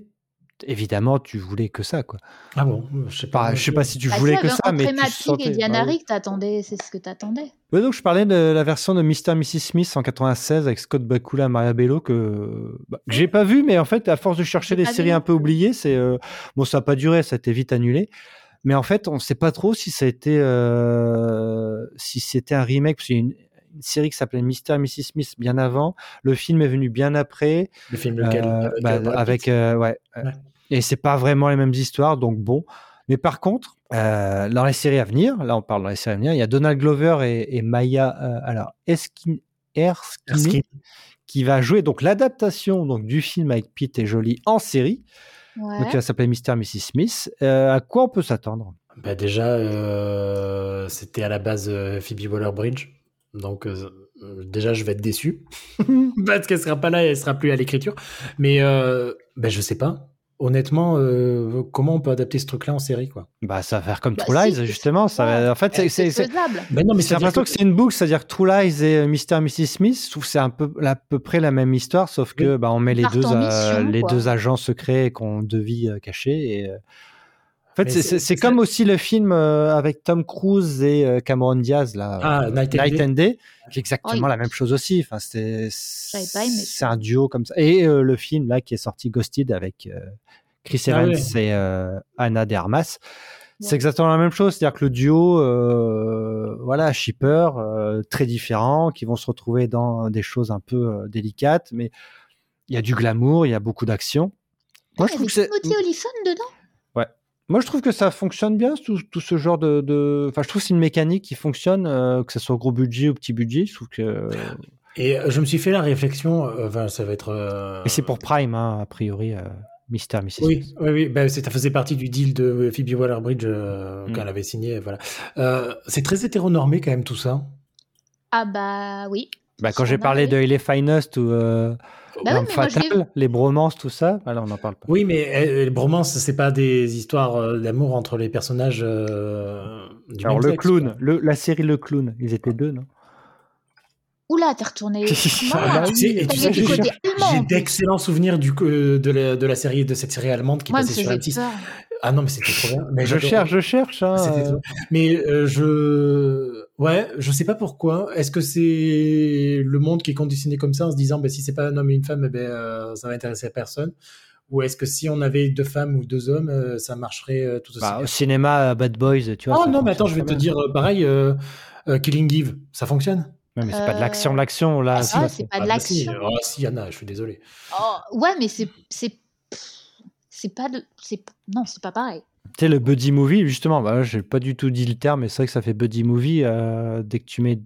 [SPEAKER 2] évidemment, tu voulais que ça, quoi.
[SPEAKER 1] Ah bon Je sais
[SPEAKER 2] Enfin,
[SPEAKER 1] pas.
[SPEAKER 2] je sais pas si tu
[SPEAKER 4] Bah,
[SPEAKER 2] voulais
[SPEAKER 4] si,
[SPEAKER 2] que
[SPEAKER 4] avec-
[SPEAKER 2] ça, mais
[SPEAKER 4] entre
[SPEAKER 2] tu
[SPEAKER 4] Emma Pig
[SPEAKER 2] sentais.
[SPEAKER 4] et Diana
[SPEAKER 2] bah oui.
[SPEAKER 4] Rick, t'attendais, c'est ce que t'attendais.
[SPEAKER 2] Ouais, donc je parlais de la version de Mr. Mrs. Smith en 96 avec Scott Bakula, Maria Bello que, bah, que j'ai pas vu, mais en fait à force de chercher
[SPEAKER 4] J'ai
[SPEAKER 2] des
[SPEAKER 4] pas vu
[SPEAKER 2] séries
[SPEAKER 4] non
[SPEAKER 2] un peu
[SPEAKER 4] plus.
[SPEAKER 2] oubliées, c'est euh, bon ça a pas duré, ça a été vite annulé, mais en fait on sait pas trop si ça a été euh, si c'était un remake parce qu'il y a une, une série qui s'appelait Mr. Mrs. Smith bien avant, le film est venu bien après,
[SPEAKER 1] Le film lequel
[SPEAKER 2] euh,
[SPEAKER 1] Avec,
[SPEAKER 2] bah,
[SPEAKER 1] euh, Brad Pitt
[SPEAKER 2] avec, euh, ouais.
[SPEAKER 1] Ouais.
[SPEAKER 2] Et c'est pas vraiment les mêmes histoires, donc bon. Mais par contre, euh, dans les séries à venir, là on parle dans les séries à venir, il y a Donald Glover et, et Maya euh, alors Eskin, Erskine,
[SPEAKER 1] Erskine.
[SPEAKER 2] qui va jouer donc l'adaptation donc du film avec Pete et Jolie en série,
[SPEAKER 4] Ouais.
[SPEAKER 2] donc qui va s'appeler Mr. Mrs. Smith. Euh, à quoi on peut s'attendre
[SPEAKER 1] Bah, déjà, euh, c'était à la base euh, Phoebe Waller-Bridge. Donc, euh, euh, déjà, je vais être déçu. [laughs] Parce qu'elle sera pas là et elle sera plus à l'écriture. Mais euh, bah, je sais pas. Honnêtement, euh, comment on peut adapter ce truc-là en série, quoi
[SPEAKER 2] Bah ça va faire comme
[SPEAKER 4] Bah,
[SPEAKER 2] True
[SPEAKER 4] si,
[SPEAKER 2] Lies
[SPEAKER 4] c'est-
[SPEAKER 2] justement. Ça va- en fait c'est- c'est-
[SPEAKER 4] C'est
[SPEAKER 2] c'est
[SPEAKER 4] faisable.
[SPEAKER 1] Ben non, mais
[SPEAKER 2] J'ai l'impression que, c'est une boucle, c'est-à-dire que True Lies et euh, Mr. et Mrs. Smith, je trouve que c'est un peu, à peu près la même histoire, sauf que bah, on met
[SPEAKER 4] Ils
[SPEAKER 2] les
[SPEAKER 4] partent
[SPEAKER 2] deux,
[SPEAKER 4] en
[SPEAKER 2] euh,
[SPEAKER 4] mission,
[SPEAKER 2] les
[SPEAKER 4] quoi.
[SPEAKER 2] deux agents secrets qu'on devie euh, cacher. Et, euh, En fait,
[SPEAKER 1] Mais
[SPEAKER 2] c'est-
[SPEAKER 1] c'est-
[SPEAKER 2] c'est c'est
[SPEAKER 1] c'est-
[SPEAKER 2] comme aussi le film euh, avec Tom Cruise et euh, Cameron Diaz là.
[SPEAKER 1] Ah,
[SPEAKER 2] euh,
[SPEAKER 1] Night and Day.
[SPEAKER 2] qui est exactement
[SPEAKER 4] Oui.
[SPEAKER 2] la même chose aussi. Enfin, c'est
[SPEAKER 4] pas aimé.
[SPEAKER 2] c'est un duo comme ça. Et euh, le film là qui est sorti Ghosted avec euh, Chris
[SPEAKER 1] Ah
[SPEAKER 2] Evans
[SPEAKER 1] ouais.
[SPEAKER 2] et euh, Anna De Armas. C'est
[SPEAKER 4] Ouais.
[SPEAKER 2] exactement la même chose, c'est-à-dire que le duo, euh, voilà, shipper, euh, très différents, qui vont se retrouver dans des choses un peu euh, délicates, mais il y a du glamour, il y a beaucoup d'action. Moi,
[SPEAKER 4] Il
[SPEAKER 2] je
[SPEAKER 4] y
[SPEAKER 2] trouve
[SPEAKER 4] avait
[SPEAKER 2] que c'est
[SPEAKER 4] Timothy Olyphant dedans
[SPEAKER 2] moi, je trouve que ça fonctionne bien, tout, tout ce genre de, de- Enfin, je trouve que c'est une mécanique qui fonctionne, euh, que ce soit au gros budget ou petit budget. Je trouve que.
[SPEAKER 1] Et euh, je me suis fait la réflexion, euh, enfin, ça va être. euh,
[SPEAKER 2] Et c'est pour Prime, hein, a priori, euh, Mister, Mrs.
[SPEAKER 1] Oui,
[SPEAKER 2] Smith.
[SPEAKER 1] oui, oui. Ben, c'est- ça faisait partie du deal de Phoebe Waller-Bridge euh,
[SPEAKER 2] Mm.
[SPEAKER 1] quand elle avait signé. Voilà. Euh, c'est très hétéronormé quand même tout ça.
[SPEAKER 4] Ah bah oui.
[SPEAKER 2] Bah, quand j'ai
[SPEAKER 4] Bah
[SPEAKER 2] parlé
[SPEAKER 4] oui.
[SPEAKER 2] de Il est Finest ou euh,
[SPEAKER 4] Bah oui,
[SPEAKER 2] L'Homme
[SPEAKER 4] mais moi, je l'ai
[SPEAKER 2] Fatal, les bromances, tout ça, bah là, on n'en parle pas.
[SPEAKER 1] Oui, mais euh, les bromances, c'est pas des histoires euh, d'amour entre les personnages euh, du
[SPEAKER 2] Alors,
[SPEAKER 1] même
[SPEAKER 2] le
[SPEAKER 1] sexe,
[SPEAKER 2] clown, le- la série Le Clown, ils étaient deux, non
[SPEAKER 4] Oula, t'es
[SPEAKER 2] [laughs]
[SPEAKER 4] retourné.
[SPEAKER 1] Ah bah,
[SPEAKER 4] Maman,
[SPEAKER 1] tu sais, et
[SPEAKER 4] t'as
[SPEAKER 1] tu
[SPEAKER 4] eu
[SPEAKER 1] sais,
[SPEAKER 4] du
[SPEAKER 1] j'ai-
[SPEAKER 4] côté
[SPEAKER 1] quoi. J'ai
[SPEAKER 4] allemand.
[SPEAKER 1] d'excellents souvenirs du, co- euh, de, la, de la série, de cette série allemande qui
[SPEAKER 4] Moi, elle me
[SPEAKER 1] passait sur
[SPEAKER 4] faisait
[SPEAKER 1] M6.
[SPEAKER 4] peur.
[SPEAKER 1] Ah non, mais c'était trop bien. Mais
[SPEAKER 2] Je
[SPEAKER 1] j'adorais.
[SPEAKER 2] cherche, je cherche. hein,
[SPEAKER 1] C'était
[SPEAKER 2] euh,
[SPEAKER 1] trop- Mais euh, je, ouais, je sais pas pourquoi. Est-ce que c'est le monde qui est conditionné comme ça en se disant, bah, si c'est pas un homme et une femme, eh ben, euh, ça va intéresser personne. Ou est-ce que si on avait deux femmes ou deux hommes, euh, ça marcherait euh, tout aussi
[SPEAKER 2] bah,
[SPEAKER 1] bien
[SPEAKER 2] au cinéma, euh, Bad Boys, tu vois.
[SPEAKER 1] Oh
[SPEAKER 2] ça
[SPEAKER 1] non, mais attends, je vais
[SPEAKER 2] fonctionne
[SPEAKER 1] te
[SPEAKER 2] très
[SPEAKER 1] dire euh, pareil. euh, euh, Killing Eve, ça fonctionne
[SPEAKER 2] bien. Ouais, mais c'est pas de l'action,
[SPEAKER 4] Euh,
[SPEAKER 2] de l'action, là.
[SPEAKER 4] ah,
[SPEAKER 2] ça,
[SPEAKER 4] c'est pas de
[SPEAKER 1] bah si,
[SPEAKER 4] l'action.
[SPEAKER 1] Ah, si, Anna, je suis désolé.
[SPEAKER 4] Oh, ouais, mais c'est. C'est c'est pas de. c'est- Non, c'est pas pareil.
[SPEAKER 2] Tu sais, le buddy movie, justement, bah, j'ai pas du tout dit le terme, mais c'est vrai que ça fait buddy movie euh, dès que tu mets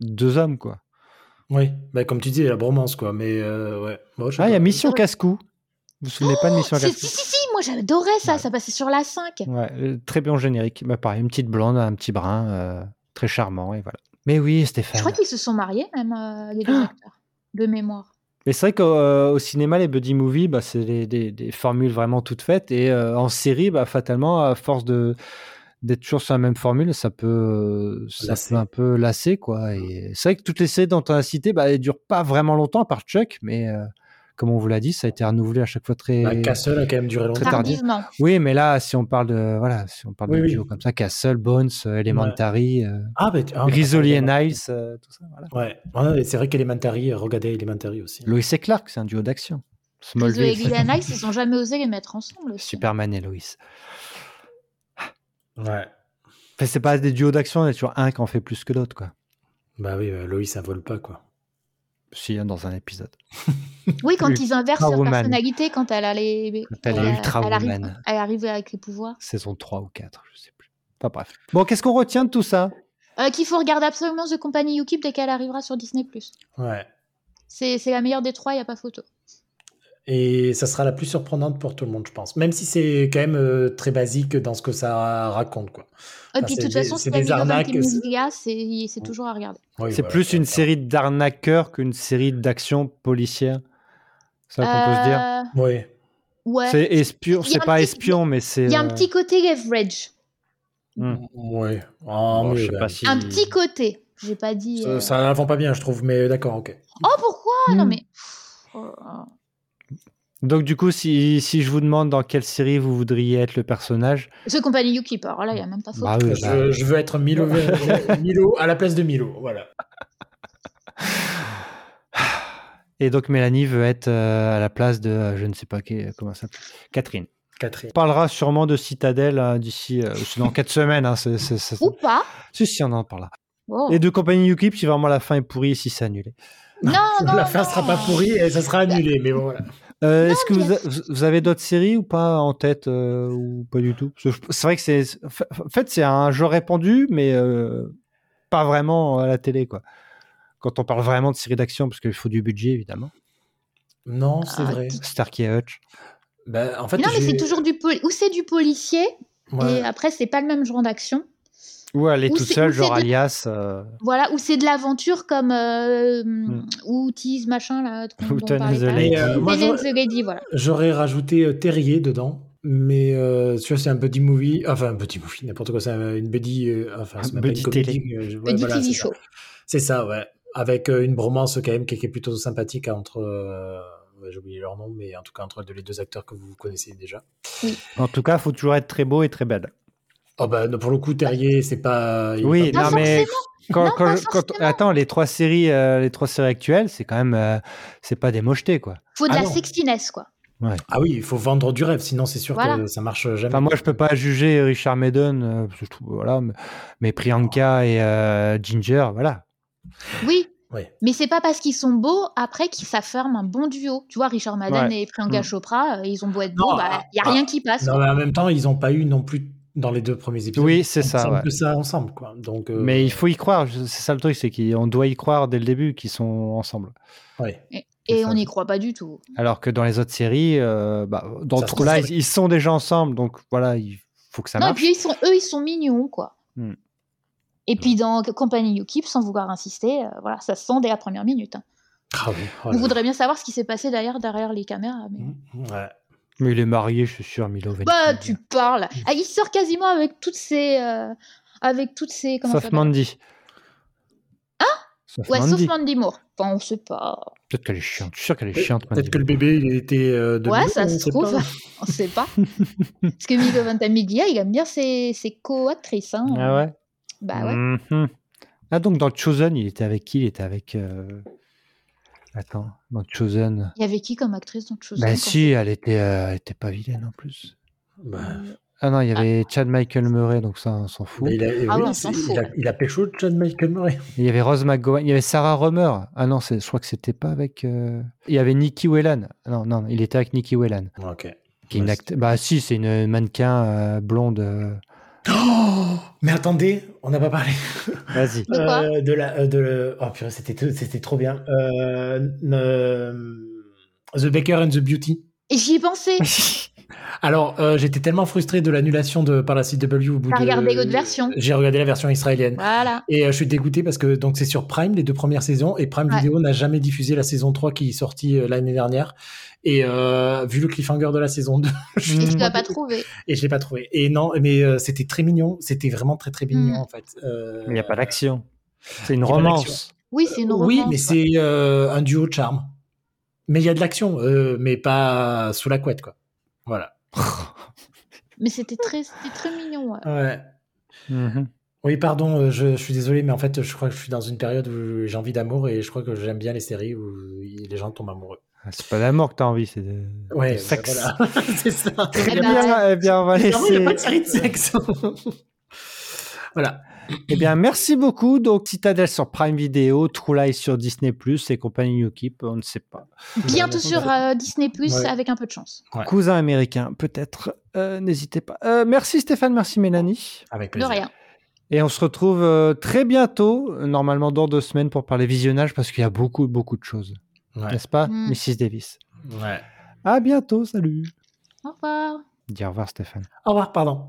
[SPEAKER 2] deux hommes, quoi.
[SPEAKER 1] Oui, bah, comme tu dis, la bromance, quoi. Mais euh, ouais. Bon, je sais
[SPEAKER 2] Ah, il y a
[SPEAKER 1] pas.
[SPEAKER 2] Mission Casse-Cou. Vous vous souvenez pas de Mission
[SPEAKER 4] Oh, C'est- Si,
[SPEAKER 2] Casse-Cou
[SPEAKER 4] si, si, moi j'adorais ça,
[SPEAKER 2] Ouais.
[SPEAKER 4] ça passait sur la 5.
[SPEAKER 2] Ouais, euh, très bien générique. Bah, pareil, une petite blonde, un petit brun, euh, très charmant, et voilà. Mais oui,
[SPEAKER 4] Je
[SPEAKER 2] Stéphane.
[SPEAKER 4] crois qu'ils se sont mariés, même euh, les
[SPEAKER 2] Ah
[SPEAKER 4] deux acteurs, de mémoire.
[SPEAKER 2] Mais c'est vrai qu'au euh, au cinéma, les buddy movies, bah, c'est des, des- des formules vraiment toutes faites. Et euh, en série, bah, fatalement, à force de d'être toujours sur la même formule, ça peut, euh, ça
[SPEAKER 1] Lasser.
[SPEAKER 2] peut un peu lasser. Quoi. Et c'est vrai que toutes les séries dont on a cité, bah, elles durent pas vraiment longtemps, à part Chuck, mais euh, comme on vous l'a dit, ça a été renouvelé à chaque fois très...
[SPEAKER 1] Bah, Castle a quand même duré
[SPEAKER 2] Très
[SPEAKER 1] longtemps.
[SPEAKER 2] tardif.
[SPEAKER 4] Tardivement.
[SPEAKER 2] Oui, mais là, si on parle de, voilà, si on parle
[SPEAKER 1] Oui,
[SPEAKER 2] de
[SPEAKER 1] oui.
[SPEAKER 2] duo comme ça, Castle, Bones, euh, Elementary, euh,
[SPEAKER 1] Ah, bah, ah,
[SPEAKER 2] Rizzoli et
[SPEAKER 1] bah,
[SPEAKER 2] Niles, euh, tout ça. Voilà.
[SPEAKER 1] Ouais, Ah, et c'est vrai qu'Elementary, euh, regardez Elementary aussi.
[SPEAKER 2] Lois et Clark, c'est un duo d'action.
[SPEAKER 4] Rizzo et
[SPEAKER 2] Smallville,
[SPEAKER 4] Glenn Ice, ils ont jamais osé les mettre ensemble. aussi.
[SPEAKER 2] Superman et Lois.
[SPEAKER 1] Ouais.
[SPEAKER 2] Enfin, c'est pas des duos d'action, on est sur un qui en fait plus que l'autre, quoi.
[SPEAKER 1] Bah oui, euh, Loïs, ça vole pas, quoi.
[SPEAKER 2] Si, hein, dans un épisode.
[SPEAKER 4] Oui, quand
[SPEAKER 2] Ultra
[SPEAKER 4] ils inversent leur
[SPEAKER 2] Woman.
[SPEAKER 4] personnalité, quand elle a les.
[SPEAKER 2] Quand elle est Ultra
[SPEAKER 4] elle arrive-
[SPEAKER 2] Woman.
[SPEAKER 4] Elle arrive avec les pouvoirs.
[SPEAKER 2] Saison 3 ou 4, je sais plus. Enfin bref. Bon, qu'est-ce qu'on retient de tout ça
[SPEAKER 4] Euh, Qu'il faut regarder absolument The Company Ukip dès qu'elle arrivera sur Disney.
[SPEAKER 1] Ouais.
[SPEAKER 4] C'est c'est la meilleure des trois, il n'y a pas photo. Euh,
[SPEAKER 1] Et ça sera la plus surprenante pour tout le monde, je pense. Même si c'est quand même euh, très basique dans ce que ça raconte, quoi.
[SPEAKER 4] Et
[SPEAKER 1] Enfin,
[SPEAKER 4] puis, de
[SPEAKER 1] c'est
[SPEAKER 4] toute
[SPEAKER 1] des-
[SPEAKER 4] façon,
[SPEAKER 1] c'est
[SPEAKER 4] c'est
[SPEAKER 1] des
[SPEAKER 4] la
[SPEAKER 1] arnaques, c'est-
[SPEAKER 4] c'est c'est toujours à regarder.
[SPEAKER 1] Oui,
[SPEAKER 2] C'est
[SPEAKER 1] voilà,
[SPEAKER 2] plus
[SPEAKER 1] ça
[SPEAKER 2] une
[SPEAKER 1] va.
[SPEAKER 2] série d'arnaqueurs qu'une série d'actions policières. C'est ça qu'on peut se dire.
[SPEAKER 4] Euh,
[SPEAKER 1] Oui.
[SPEAKER 4] Ouais.
[SPEAKER 2] C'est espion,
[SPEAKER 4] Il y a
[SPEAKER 2] c'est
[SPEAKER 4] un
[SPEAKER 2] pas
[SPEAKER 4] petit-
[SPEAKER 2] espion, mais c'est.
[SPEAKER 4] Il y a un
[SPEAKER 2] euh,
[SPEAKER 4] petit côté leverage.
[SPEAKER 2] Hmm.
[SPEAKER 1] Oui. Ah, ben.
[SPEAKER 2] bon, je sais pas si.
[SPEAKER 4] Un petit côté. J'ai pas dit. euh,
[SPEAKER 1] Ça, ça n'avance pas bien, je trouve, mais d'accord, ok.
[SPEAKER 4] Oh, pourquoi Non,
[SPEAKER 2] Hmm.
[SPEAKER 4] mais. Pff, oh, oh.
[SPEAKER 2] Donc, du coup, si, si je vous demande dans quelle série vous voudriez être le personnage,
[SPEAKER 4] The Company Ukip, alors là, il n'y a même pas photo.
[SPEAKER 2] bah oui, bah,
[SPEAKER 1] Je, je veux être Milo,
[SPEAKER 2] [laughs]
[SPEAKER 1] Milo à la place de Milo, voilà.
[SPEAKER 2] Et donc Mélanie veut être euh, à la place de, euh, je ne sais pas qui, euh, comment ça s'appelle, Catherine.
[SPEAKER 1] Catherine.
[SPEAKER 2] On parlera sûrement de Citadel euh, d'ici, euh, c'est dans 4 [laughs] semaines. Hein, c'est- c'est- c'est-
[SPEAKER 4] Ou pas.
[SPEAKER 2] Si, si, on en parlera.
[SPEAKER 4] Oh.
[SPEAKER 2] Et de Compagnie Ukip, si vraiment la fin est pourrie, si c'est annulé. [laughs]
[SPEAKER 4] Non, non.
[SPEAKER 1] la fin
[SPEAKER 4] non.
[SPEAKER 1] sera pas pourrie et ça sera annulé, mais bon, voilà.
[SPEAKER 2] Euh, Est-ce que
[SPEAKER 4] mais
[SPEAKER 2] vous, a- vous- vous avez d'autres séries ou pas en tête euh, ou pas du tout Parce que je- C'est vrai que c'est, en fait, c'est un jeu répandu, mais euh, pas vraiment à la télé, quoi. Quand on parle vraiment de séries d'action, parce qu'il faut du budget, évidemment.
[SPEAKER 1] Non, c'est
[SPEAKER 4] Ah,
[SPEAKER 1] vrai.
[SPEAKER 2] Starkey et Hutch.
[SPEAKER 1] Bah, en fait,
[SPEAKER 4] Mais non, mais
[SPEAKER 1] j'ai-
[SPEAKER 4] c'est toujours du. poli- Ou c'est du policier,
[SPEAKER 1] Ouais.
[SPEAKER 4] et après, c'est pas le même genre d'action.
[SPEAKER 2] Ou aller
[SPEAKER 4] Ou
[SPEAKER 2] toute
[SPEAKER 4] c'est-
[SPEAKER 2] seule,
[SPEAKER 4] ou c'est
[SPEAKER 2] genre
[SPEAKER 4] de-
[SPEAKER 2] alias. euh,
[SPEAKER 4] Voilà, ou c'est de l'aventure comme. euh,
[SPEAKER 1] Mm.
[SPEAKER 4] Ou Tease, machin, là. dont
[SPEAKER 2] Ou
[SPEAKER 4] on
[SPEAKER 2] Ten and
[SPEAKER 4] parlait
[SPEAKER 2] the
[SPEAKER 4] tout à l'heure.
[SPEAKER 2] Lady.
[SPEAKER 1] Mais, euh,
[SPEAKER 4] Ou
[SPEAKER 1] moi,
[SPEAKER 4] Ten and
[SPEAKER 1] j'aurais-
[SPEAKER 4] the Lady, voilà.
[SPEAKER 1] J'aurais rajouté euh, Terrier dedans, mais euh, tu vois, c'est un buddy movie, enfin un buddy movie, n'importe quoi, c'est un- une buddy, euh, enfin,
[SPEAKER 2] Un
[SPEAKER 1] c'est même pas
[SPEAKER 2] buddy
[SPEAKER 1] une comédie, euh, je- ouais,
[SPEAKER 4] Le
[SPEAKER 1] voilà,
[SPEAKER 4] TV
[SPEAKER 1] c'est ça.
[SPEAKER 4] Show.
[SPEAKER 1] C'est ça, ouais, avec euh, une bromance quand même qui, qui est plutôt sympathique entre euh, j'ai oublié leur nom, mais en tout cas entre les deux acteurs que vous connaissez déjà.
[SPEAKER 2] En tout cas, faut toujours être très beau et très belle.
[SPEAKER 1] Oh bah, non, pour le coup, Terrier, c'est pas. il est
[SPEAKER 2] Oui,
[SPEAKER 1] pas-
[SPEAKER 2] non,
[SPEAKER 4] Pas
[SPEAKER 2] mais
[SPEAKER 4] forcément.
[SPEAKER 2] quand,
[SPEAKER 4] Non,
[SPEAKER 2] quand
[SPEAKER 4] pas
[SPEAKER 2] je- quand-
[SPEAKER 4] forcément.
[SPEAKER 2] attends, les trois séries, euh, les trois séries actuelles, c'est quand même, euh, c'est pas des mochetés quoi.
[SPEAKER 4] Faut de
[SPEAKER 1] Ah
[SPEAKER 4] la
[SPEAKER 1] non.
[SPEAKER 4] sexiness, quoi.
[SPEAKER 1] Ah oui, il faut vendre du rêve, sinon c'est sûr que
[SPEAKER 4] Voilà.
[SPEAKER 1] ça marche jamais.
[SPEAKER 2] Enfin, moi, je peux pas juger Richard Madden, euh, parce que je trouve- voilà, mais, mais Priyanka et euh, Ginger, voilà.
[SPEAKER 4] Oui.
[SPEAKER 1] Ouais.
[SPEAKER 4] Mais c'est pas parce qu'ils sont beaux après qu'ils ça forme un bon duo. Tu vois, Richard Madden et Priyanka
[SPEAKER 2] Mm.
[SPEAKER 4] Chopra, euh, ils ont beau être
[SPEAKER 1] Non,
[SPEAKER 4] beaux, bah, y a
[SPEAKER 1] ah,
[SPEAKER 4] rien qui passe.
[SPEAKER 1] Non,
[SPEAKER 4] quoi.
[SPEAKER 1] mais en même temps, ils n'ont pas eu non plus dans les deux premiers épisodes.
[SPEAKER 2] Oui, c'est
[SPEAKER 1] ils
[SPEAKER 2] ça,
[SPEAKER 1] ressemblent
[SPEAKER 2] ouais.
[SPEAKER 1] que ça ensemble, quoi. Donc, euh,
[SPEAKER 2] Mais il faut y croire. je- C'est ça le truc, c'est qu'on doit y croire dès le début qu'ils sont ensemble.
[SPEAKER 1] ouais.
[SPEAKER 4] Et
[SPEAKER 2] ça.
[SPEAKER 4] on n'y croit pas du tout.
[SPEAKER 2] Alors que dans les autres séries, euh, bah, dans
[SPEAKER 1] Ça se
[SPEAKER 2] tout là,
[SPEAKER 1] trouve,
[SPEAKER 2] ils, ils sont déjà ensemble, donc voilà, il faut que ça
[SPEAKER 4] non, et
[SPEAKER 2] marche.
[SPEAKER 4] puis ils sont, eux, ils sont mignons, quoi.
[SPEAKER 2] Mm.
[SPEAKER 4] Et puis dans Compagnie Ukip, sans vouloir insister, euh, voilà, ça se sent dès la première minute. hein.
[SPEAKER 1] Ah oui, oh
[SPEAKER 4] On
[SPEAKER 1] là Mmh. là.
[SPEAKER 4] voudrait bien savoir ce qui s'est passé derrière, derrière les caméras. mais-
[SPEAKER 1] Ouais.
[SPEAKER 2] Mais il est marié, je suis sûr, Milo. Ventimiglia.
[SPEAKER 4] Bah, tu parles.
[SPEAKER 1] Mmh.
[SPEAKER 4] Ah, il sort quasiment avec toutes ces. euh, avec toutes ces. Comment ça
[SPEAKER 2] Sauf
[SPEAKER 4] s'appelle
[SPEAKER 2] Mandy. Hein Sauf
[SPEAKER 4] Ouais,
[SPEAKER 2] Mandy.
[SPEAKER 4] sauf Mandy Moore. Enfin, on sait pas.
[SPEAKER 2] Peut-être qu'elle est chiante. Je suis sûr qu'elle est chiante, Mandy.
[SPEAKER 1] Peut-être que le bébé, il était euh, de
[SPEAKER 4] Ouais,
[SPEAKER 1] l'eau,
[SPEAKER 4] ça
[SPEAKER 1] on
[SPEAKER 4] se
[SPEAKER 1] sait
[SPEAKER 4] trouve.
[SPEAKER 1] pas.
[SPEAKER 4] [laughs] on sait pas. Parce que Milo Ventimiglia, il aime bien ses, ses co-actrices. hein.
[SPEAKER 2] Ah ouais
[SPEAKER 4] Bah
[SPEAKER 1] Mmh.
[SPEAKER 4] ouais.
[SPEAKER 2] Mhm. Ah, donc dans Chosen, il était avec qui Il était avec. euh, Attends, dans Chosen.
[SPEAKER 4] Il y avait qui comme actrice dans Chosen
[SPEAKER 2] Ben
[SPEAKER 4] quand-
[SPEAKER 2] si, elle était, euh, elle était pas vilaine en plus.
[SPEAKER 1] [laughs] Bah,
[SPEAKER 4] Euh,
[SPEAKER 2] Ah non, il y avait Chad Michael Murray, donc ça, on s'en fout.
[SPEAKER 1] mais il a,
[SPEAKER 4] Ah
[SPEAKER 1] oui,
[SPEAKER 4] ouais, on s'en
[SPEAKER 1] il
[SPEAKER 4] fout.
[SPEAKER 1] a- il a pécho de John Michael Murray.
[SPEAKER 2] Il y avait Rose McGowan, il y avait Sarah Romer. Ah non, c'est- je crois que c'était pas avec. euh, Il y avait Nikki Whelan. Ah Non, non, il était avec Nikki Whelan.
[SPEAKER 1] Ok.
[SPEAKER 2] Qui est une
[SPEAKER 1] Ouais,
[SPEAKER 2] acte- Bah si, c'est une mannequin euh, blonde. euh,
[SPEAKER 1] Oh mais attendez, on n'a pas parlé
[SPEAKER 2] Vas-y.
[SPEAKER 4] De quoi
[SPEAKER 1] Euh, de la euh, de le- oh purée c'était c'était trop bien Euh, euh, The Baker and the
[SPEAKER 4] [laughs]
[SPEAKER 1] Beauty.
[SPEAKER 4] Et J'y ai
[SPEAKER 1] [laughs]
[SPEAKER 4] pensé.
[SPEAKER 1] Alors euh, j'étais tellement frustré de l'annulation de par la CW au bout
[SPEAKER 4] T'as
[SPEAKER 1] de-
[SPEAKER 4] regardé l'autre version
[SPEAKER 1] J'ai regardé la version israélienne.
[SPEAKER 4] Voilà.
[SPEAKER 1] Et euh, je suis dégoûté parce que donc c'est sur Prime les deux premières saisons et Prime
[SPEAKER 4] Ouais.
[SPEAKER 1] Video n'a jamais diffusé la saison 3 qui est sortie euh, l'année dernière. Et euh, vu le cliffhanger de la saison 2, [laughs] je
[SPEAKER 4] Et tu
[SPEAKER 1] suis
[SPEAKER 4] l'as pas trouvé.
[SPEAKER 1] et je l'ai pas trouvé. Et non, mais euh, c'était très mignon, c'était vraiment très très mignon
[SPEAKER 4] Mm.
[SPEAKER 1] en fait. Euh,
[SPEAKER 2] Il n'y a pas d'action. C'est
[SPEAKER 1] il
[SPEAKER 2] une
[SPEAKER 1] y a pas
[SPEAKER 2] romance.
[SPEAKER 4] Oui, c'est une
[SPEAKER 1] Oui,
[SPEAKER 4] romance,
[SPEAKER 1] mais c'est euh, un duo de charme. Mais il y a de l'action, euh, mais pas sous la couette quoi. Voilà.
[SPEAKER 4] Mais c'était très, c'était très mignon. ouais.
[SPEAKER 1] Ouais.
[SPEAKER 2] Mhm.
[SPEAKER 1] Oui, pardon, euh, je, je suis désolé, mais en fait, je crois que je suis dans une période où j'ai envie d'amour et je crois que j'aime bien les séries où il- les gens tombent amoureux.
[SPEAKER 2] Ah, C'est pas d'amour que t'as envie, c'est de,
[SPEAKER 1] Ouais,
[SPEAKER 2] de sexe.
[SPEAKER 1] bah voilà. [laughs] c'est ça.
[SPEAKER 2] Très
[SPEAKER 4] Eh ben,
[SPEAKER 2] bien, eh bien, on va
[SPEAKER 1] Bizarrement, il n'y a pas de
[SPEAKER 2] laisser.
[SPEAKER 1] série de sexe. voilà.
[SPEAKER 2] Eh bien, merci beaucoup. Donc, Citadel sur Prime Video, True Lies sur Disney et compagnie Ukip, on ne sait pas.
[SPEAKER 4] Bientôt sur euh, Disney Plus
[SPEAKER 1] Ouais.
[SPEAKER 4] avec un peu de chance.
[SPEAKER 1] Ouais.
[SPEAKER 2] Cousin américain, peut-être. Euh, N'hésitez pas. Euh, merci Stéphane, merci Mélanie.
[SPEAKER 1] Avec
[SPEAKER 4] De
[SPEAKER 1] plaisir.
[SPEAKER 4] rien.
[SPEAKER 2] Et on se retrouve euh, très bientôt, normalement dans deux semaines, pour parler visionnage parce qu'il y a beaucoup, beaucoup de choses.
[SPEAKER 1] Ouais.
[SPEAKER 2] N'est-ce pas,
[SPEAKER 4] Mm.
[SPEAKER 2] Mrs. Davis
[SPEAKER 1] Ouais.
[SPEAKER 2] À bientôt, salut.
[SPEAKER 4] Au revoir.
[SPEAKER 2] Dis au revoir, Stéphane.
[SPEAKER 1] Au revoir, pardon.